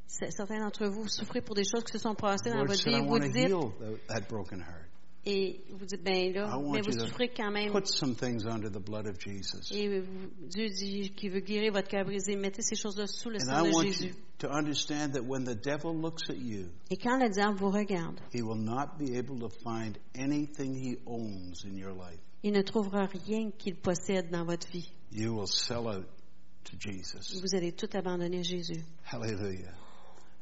C: C- Certains d'entre vous souffrez pour des choses qui se sont passées dans
B: Lord
C: votre
B: said,
C: vie.
B: I
C: Vous
B: want to
C: dites,
B: heal tha- that broken heart.
C: et vous dites, ben là,
B: I want
C: mais
B: you
C: vous
B: to
C: souffrez quand même.
B: Put some things under the blood of Jesus.
C: Et vous- Dieu dit qu'il veut guérir votre cœur brisé. Mettez ces choses-là sous le
B: And
C: sang
B: I
C: de
B: want you
C: Jésus.
B: to understand that when the devil looks at you,
C: Et quand le diable vous regarde,
B: he will not be able to find anything he owns in your life.
C: il ne trouvera rien qu'il possède dans votre vie.
B: You will sell out to Jesus.
C: Vous allez tout abandonner à Jésus.
B: Hallelujah.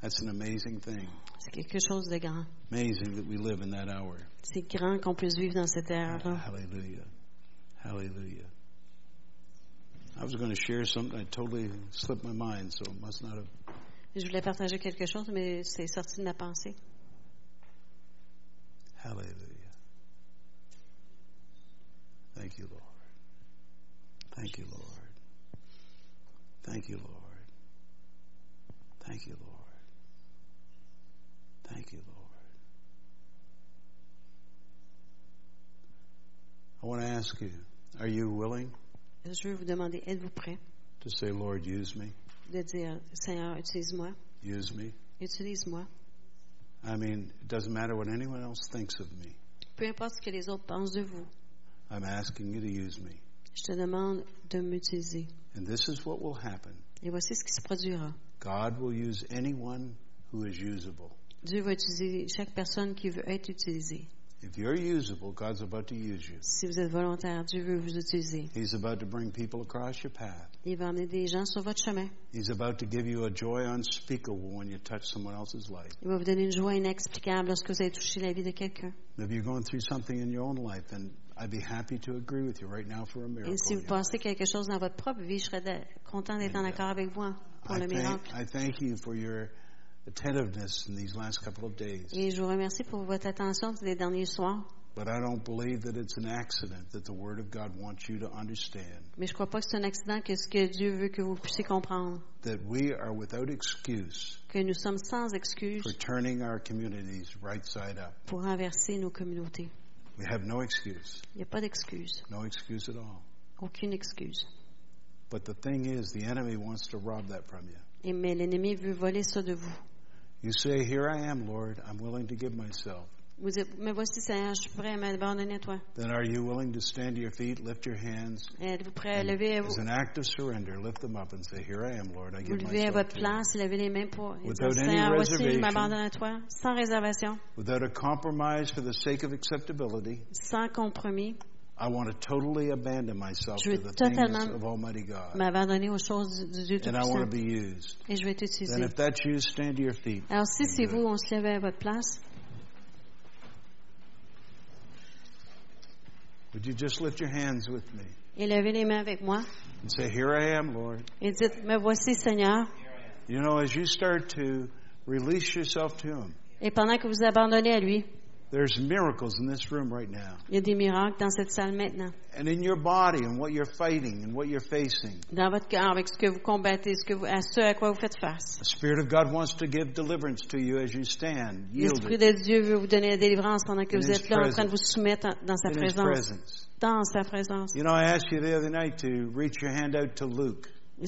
B: That's an amazing thing.
C: C'est quelque chose de grand.
B: Amazing that we live in that hour.
C: C'est grand qu'on puisse vivre dans cette ère-là.
B: Hallelujah. Hallelujah. I was going to share something. I totally slipped my mind, so it must not have.
C: Je voulais partager quelque chose, mais c'est sorti de ma pensée.
B: Hallelujah. Thank you, Lord. Thank you, Lord. Thank you, Lord. Thank you, Lord. Thank you, Lord. I want to ask you are you willing
C: Je veux vous demander, êtes-vous prêt
B: to say, Lord, use me?
C: de dire, Seigneur, utilise-moi,
B: Use me?
C: utilise-moi.
B: I mean, it doesn't matter what anyone else thinks of me.
C: Peu importe ce que les autres pensent de vous,
B: I'm asking you to use me.
C: je te demande de m'utiliser.
B: And this is what will happen
C: Et voici ce qui se produira.
B: God will use anyone who is usable.
C: Dieu va utiliser chaque personne qui veut être utilisée.
B: If you're usable, God's about to use you.
C: Si vous êtes volontaire, Dieu veut vous utiliser.
B: He's about to bring people across your path.
C: Il va emmener des gens sur votre chemin.
B: He's about to give you a joy unspeakable when you touch someone else's life.
C: Il va vous donner une joie inexplicable lorsque vous avez touché la vie de quelqu'un.
B: If you're going through something in your own life, then I'd be happy to agree with you right now for a miracle.
C: Et si vous
B: in your life.
C: pensez quelque chose dans votre propre vie, je serais de- content d'être en accord avec vous hein, pour
B: I,
C: le miracle.
B: thank, I thank you for your attentiveness in these last couple of days.
C: Et je vous remercie pour votre attention ces derniers soirs.
B: But I don't believe that it's an accident that the Word of God wants you to understand
C: Mais je crois pas que c'est un accident que ce que Dieu veut que vous puissiez comprendre,
B: that we are without excuse
C: que nous sommes sans
B: for
C: excuse
B: turning our communities right side up.
C: pour renverser nos communautés.
B: We have no excuse.
C: Il n'y a pas d'excuse.
B: No excuse at all.
C: Aucune excuse.
B: But the thing is, the enemy wants to rob that from you.
C: Et mais l'ennemi veut voler ça de vous.
B: You say, Here I am, Lord. I'm willing to give myself.
C: Vous dites, mais voici Seigneur, je suis prêt à m'abandonner à toi.
B: Then are you willing to stand to your feet, lift your hands?
C: Êtes-vous prêt à lever
B: As
C: vous,
B: an act of surrender, lift them up and say, Here I am, Lord. I
C: vous
B: give
C: lever à
B: myself.
C: votre
B: To you.
C: place et lever les mains pour et
B: Without
C: dire,
B: any
C: Seigneur, voici, je
B: reservation.
C: m'abandonne à toi, sans réservation,
B: Without a compromise for the sake of acceptability,
C: sans compromis,
B: I want to totally abandon myself to
C: Je veux
B: the things
C: totalement
B: of Almighty God.
C: m'abandonner aux choses du Dieu
B: And I want to
C: Tout-Puissant.
B: be used.
C: Et je vais t'utiliser.
B: Then if that's you, stand to your feet.
C: Alors si c'est vous, on se lève à votre place.
B: Would you just lift your hands with me
C: et levez les mains avec moi
B: and say, Here I am, Lord.
C: et dites, me voici Seigneur.
B: You know, as you start to release yourself to Him,
C: Et pendant que vous vous abandonnez à lui,
B: there's miracles in this room right now.
C: il y a des miracles dans cette salle maintenant,
B: And in your body and what you're fighting and what you're facing.
C: dans votre corps, avec ce que vous combattez, ce que vous, à ce à quoi vous faites face.
B: The Spirit of God wants to give deliverance to you as you stand,
C: L'Esprit
B: yielded
C: de Dieu veut vous donner la délivrance pendant que
B: In
C: vous
B: His
C: êtes là en train de
B: presence.
C: vous soumettre en- dans sa
B: in His
C: présence.
B: presence.
C: Dans sa présence.
B: You know, I asked you the other night to reach your hand out to Luke.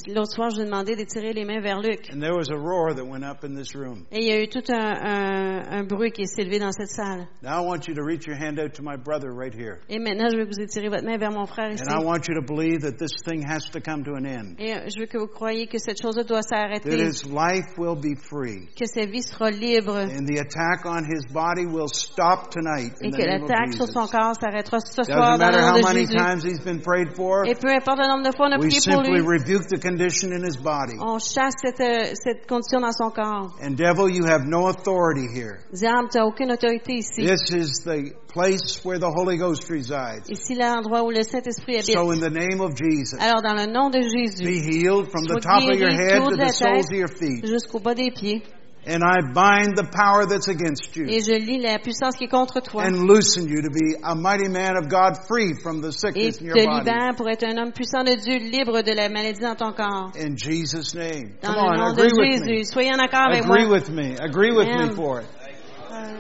C: L'autre soir, je vous ai demandé d'étirer les mains vers Luc.
B: And there was a roar that went up in this room.
C: Et il y a eu tout un, un- un bruit qui s'est élevé dans cette salle.
B: Now I want you to reach your hand out to my brother right here.
C: Et maintenant, je veux que vous étirez votre main vers mon frère ici.
B: And I want you to believe that this thing has to come to an end.
C: Et euh, je veux que vous croyiez que cette chose doit
B: That
C: s'arrêter,
B: his life will be free.
C: que sa vie sera libre.
B: And the attack on his body will stop tonight
C: et
B: in
C: que
B: the name of
C: l'attaque sur
B: Jesus.
C: son corps s'arrêtera ce soir
B: Doesn't
C: dans
B: matter
C: le
B: how
C: nom de
B: many
C: Jésus.
B: times he's been prayed for.
C: Et peu importe le nombre de fois on a
B: We
C: prié pour
B: simply
C: lui,
B: rebuke the condition in his body.
C: on chasse cette, euh, cette condition dans son corps.
B: And devil, you have no authority here.
C: Diable, tu n'as aucune autorité ici.
B: This is the place where the Holy Ghost resides.
C: Ici, l'endroit où le Saint-Esprit habite.
B: So in the name of Jesus,
C: Alors, dans le nom de
B: be
C: Jésus,
B: healed from the
C: Sois
B: top of your
C: guéri du
B: head
C: haut
B: to
C: de la
B: the soles
C: tête.
B: of your feet.
C: jusqu'au bas des pieds,
B: And I bind the power that's against you
C: et je lis la puissance qui est contre toi,
B: and loosen you to be a mighty man of God free from the
C: et
B: sickness
C: te
B: in your body.
C: libère pour être un homme puissant de Dieu, libre de la maladie dans ton corps.
B: In Jesus' name.
C: Dans
B: Come
C: le nom
B: on,
C: de
B: agree with me.
C: Jésus, soyez en accord avec
B: Agree
C: moi.
B: with me. Agree with me
C: Amen.
B: for it.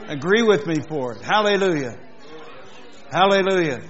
B: Agree with me for it. Hallelujah. Hallelujah.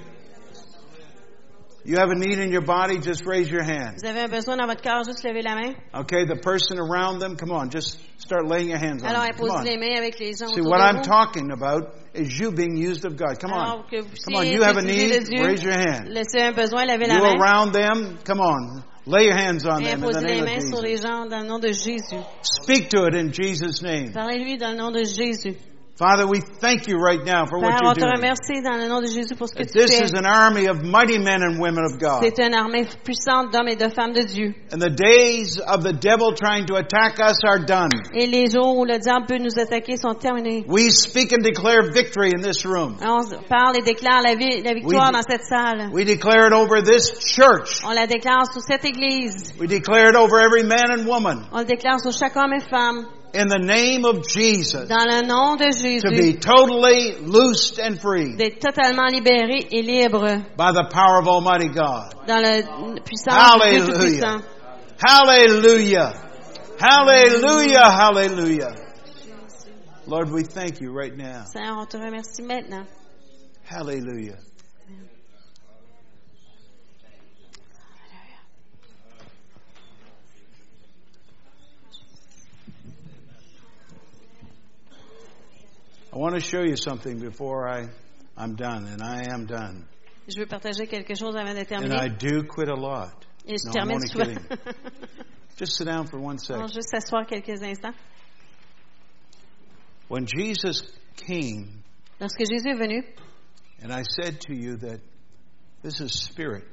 B: You have a need in your body, just raise your hand.
C: Vous avez un besoin dans votre corps, juste levez la main.
B: Okay, the person around them, come on, just start laying your hands on
C: Alors,
B: them. Come
C: imposez
B: on.
C: les mains avec les gens
B: See,
C: autour
B: what
C: de
B: I'm
C: vous.
B: talking about is you being used of God. Come on.
C: Alors que vous
B: Come on,
C: puissiez
B: you have a
C: utiliser
B: need,
C: Dieu,
B: raise your hand.
C: laissez un besoin, lavez la
B: You
C: main
B: around them, come on. Lay your hands on
C: et
B: them in the
C: imposez les
B: name
C: mains
B: of
C: sur
B: Jesus.
C: les gens dans le nom de Jésus.
B: Speak to it in Jesus' name.
C: Parlez-lui dans le nom de Jésus.
B: Father, we thank you right now for
C: Père,
B: what
C: on
B: you're
C: te
B: doing.
C: remercie dans le nom de Jésus pour ce que
B: That
C: tu
B: This
C: fais.
B: is an army of mighty men and women of God.
C: C'est une armée puissante d'hommes et de femmes de Dieu.
B: And the days of the devil trying to attack us are done.
C: Et les jours où le diable peut nous attaquer sont terminés.
B: We speak and declare victory in this room.
C: On se- parle et déclare la, vi- la victoire
B: Oui.
C: dans cette salle.
B: We declare it over this church.
C: On la déclare sur cette église.
B: We declare it over every man and woman
C: On le déclare sur chaque homme et femme.
B: in the name of Jesus
C: Dans le nom de
B: to be
C: Jésus,
B: totally loosed and free
C: d'être totalement libérés et libres.
B: by the power of Almighty God.
C: dans la puissance du Dieu Tout-Puissant.
B: Hallelujah. Hallelujah. Hallelujah. Hallelujah. Lord, we thank you right now.
C: Seigneur, on te remercie maintenant.
B: Hallelujah. I want to show you something before I, I'm done, and I am done.
C: Je veux partager quelque chose avant de
B: And I
C: terminer.
B: do quit a lot.
C: Et je
B: No, I'm
C: termine
B: only
C: souvent.
B: kidding. Just sit down for one
C: on va
B: second.
C: juste s'asseoir quelques instants.
B: When Jesus came,
C: Lorsque Jésus est venu,
B: and I said to you that this is spirit,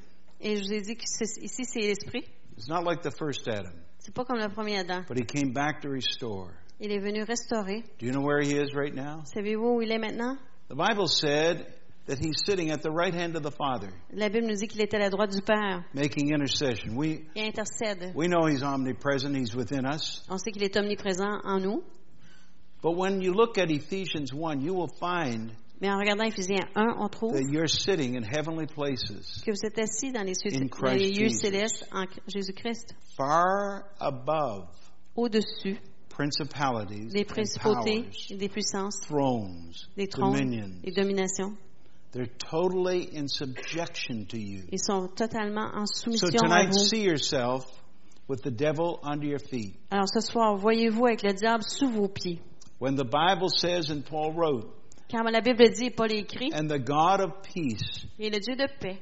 C: et je vous ai dit que c'est- ici c'est l'Esprit,
B: it's not like the first Adam,
C: c'est pas comme le premier Adam.
B: but he came back to restore.
C: Il est venu restaurer.
B: Do you know where he is right now?
C: Savez-vous où il est maintenant?
B: The Bible said that he's sitting at the right hand of the Father,
C: La Bible nous dit qu'il est à la droite du Père.
B: making intercession. We
C: Il intercède.
B: we know he's omnipresent, he's within us.
C: On sait qu'il est omniprésent en nous.
B: But when you look at Ephesians 1, you will find
C: Mais en regardant Ephésiens 1, on trouve
B: that you're sitting in heavenly places,
C: que vous êtes assis dans les cieux,
B: In
C: dans les
B: Christ
C: lieux
B: Jesus.
C: célestes en Jésus-Christ,
B: far above
C: au-dessus
B: principalities,
C: des
B: and
C: principautés
B: powers,
C: et des puissances
B: thrones,
C: des trônes
B: dominions,
C: et dominations,
B: They're totally in subjection to you.
C: Ils sont totalement en
B: So
C: soumission à
B: tonight,
C: vous.
B: see yourself with the devil under your feet.
C: Alors ce soir, voyez-vous avec le diable sous vos pieds.
B: When the Bible says, and Paul wrote,
C: Car la Bible dit, et Paul écrit,
B: and the God of peace
C: et le Dieu de paix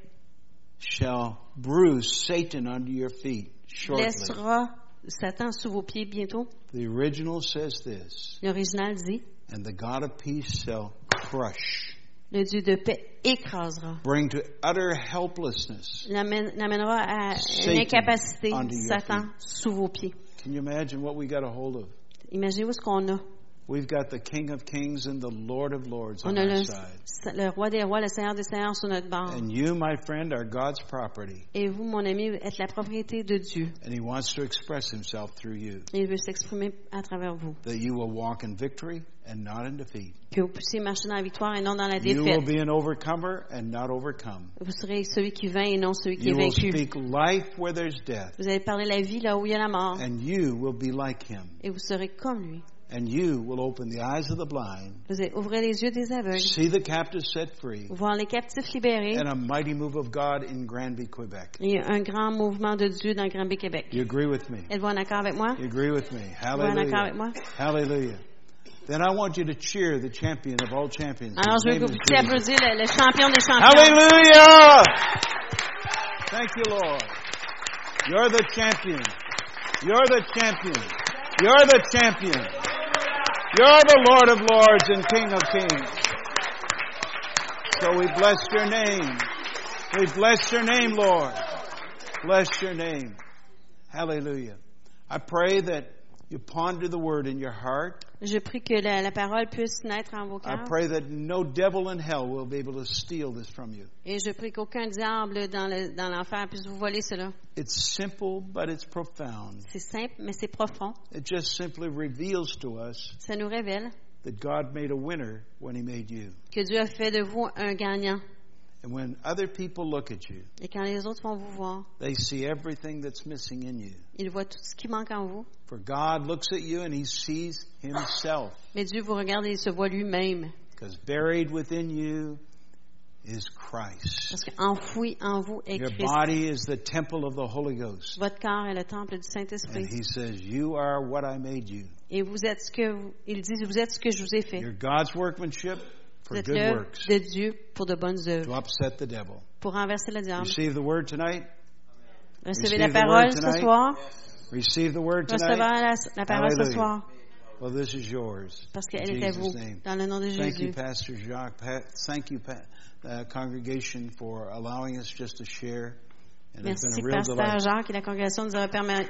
B: shall bruise Satan under your feet shortly.
C: laissera Satan sous vos pieds bientôt.
B: The original says this,
C: L'original dit,
B: and the God of peace shall crush,
C: le Dieu de paix écrasera,
B: bring to utter helplessness.
C: l'amène- l'amènera à une
B: Satan
C: incapacité
B: under your
C: Satan
B: feet.
C: sous vos pieds.
B: Can you imagine what we got a hold of?
C: Imaginez-vous ce qu'on a.
B: We've got the King of Kings and the Lord of Lords
C: On
B: on
C: a
B: our
C: le,
B: side.
C: le roi des rois, le Seigneur des seigneurs sur notre bord.
B: And you, my friend, are God's property,
C: Et vous, mon ami, êtes la propriété de Dieu.
B: and He wants to express Himself through you,
C: Il veut s'exprimer à travers vous.
B: that you will walk in victory and not in defeat.
C: Que vous puissiez marcher dans la victoire et non dans la
B: You will
C: défaite.
B: be an overcomer and not overcome.
C: Vous serez celui qui vainc et non celui qui est
B: You will
C: vaincu.
B: speak life where there's death,
C: Vous allez parler la vie là où il y a la mort.
B: and you will be like Him,
C: Et vous serez comme lui.
B: and you will open the eyes of the blind,
C: Vous allez ouvrir les yeux des aveugles,
B: see the captives set free,
C: voir les captifs libérés.
B: and a mighty move of God in Granby, Quebec.
C: Il y a un grand mouvement de Dieu dans Granby, Québec.
B: You agree with me?
C: Êtes-vous en accord avec moi?
B: You agree with me?
C: Êtes-vous en accord
B: Hallelujah.
C: avec moi?
B: Hallelujah. Then I want you to cheer the champion of all champions.
C: Alors,
B: His
C: je veux que
B: name
C: vous
B: is Jesus.
C: puissiez applaudir le, le champion des champions.
B: Hallelujah! Thank you, Lord. You're the champion. You're the champion. You're the champion. You're the Lord of Lords and King of Kings. So we bless your name. We bless your name, Lord. Bless your name. Hallelujah. I pray that you ponder the word in your heart.
C: Je prie que la, la parole puisse naître en vos
B: I
C: cœurs.
B: pray that no devil in hell will be able to steal this from you.
C: Et je prie qu'aucun diable dans le- dans l'enfer puisse vous voler cela.
B: It's simple, but it's profound.
C: C'est simple, mais c'est profond.
B: It just simply reveals to us
C: Ça nous révèle
B: that God made a winner when He made you.
C: que Dieu a fait de vous un gagnant.
B: And when other people look at you,
C: Et quand les autres vont vous voir,
B: they see everything that's missing in you.
C: ils voient tout ce qui manque en vous.
B: For God looks at you and He sees Himself,
C: Mais Dieu vous regarde et il se voit lui-même.
B: because buried within you is Christ.
C: Parce qu'enfoui en vous est
B: Your
C: Christ.
B: body is the temple of the Holy Ghost.
C: Votre corps est le temple du
B: And
C: Saint-Esprit.
B: He says, You are what I made you.
C: Et vous êtes ce que vous, il dit, vous êtes ce que je vous ai fait.
B: You're God's workmanship for
C: Vous êtes
B: good
C: l'œuvre
B: works
C: de Dieu pour de bonnes
B: to
C: œuvres,
B: upset the devil.
C: pour renverser le diable.
B: Receive the word tonight.
C: Recevez
B: Receive
C: la
B: the
C: parole
B: word
C: ce
B: tonight.
C: soir.
B: Receive the word
C: Recevez
B: tonight.
C: la, la parole ce
B: Hallelujah.
C: soir.
B: Well, this is yours.
C: Parce
B: In
C: qu'elle est à
B: Jesus'
C: vous.
B: name.
C: Dans le nom de
B: Thank you,
C: Jésus.
B: Pastor Jacques. Pa- thank you, pa- uh, congregation, for allowing us just to share. And it's
C: Merci,
B: been a real
C: Pasteur
B: delight.
C: Jacques et la congrégation nous a permis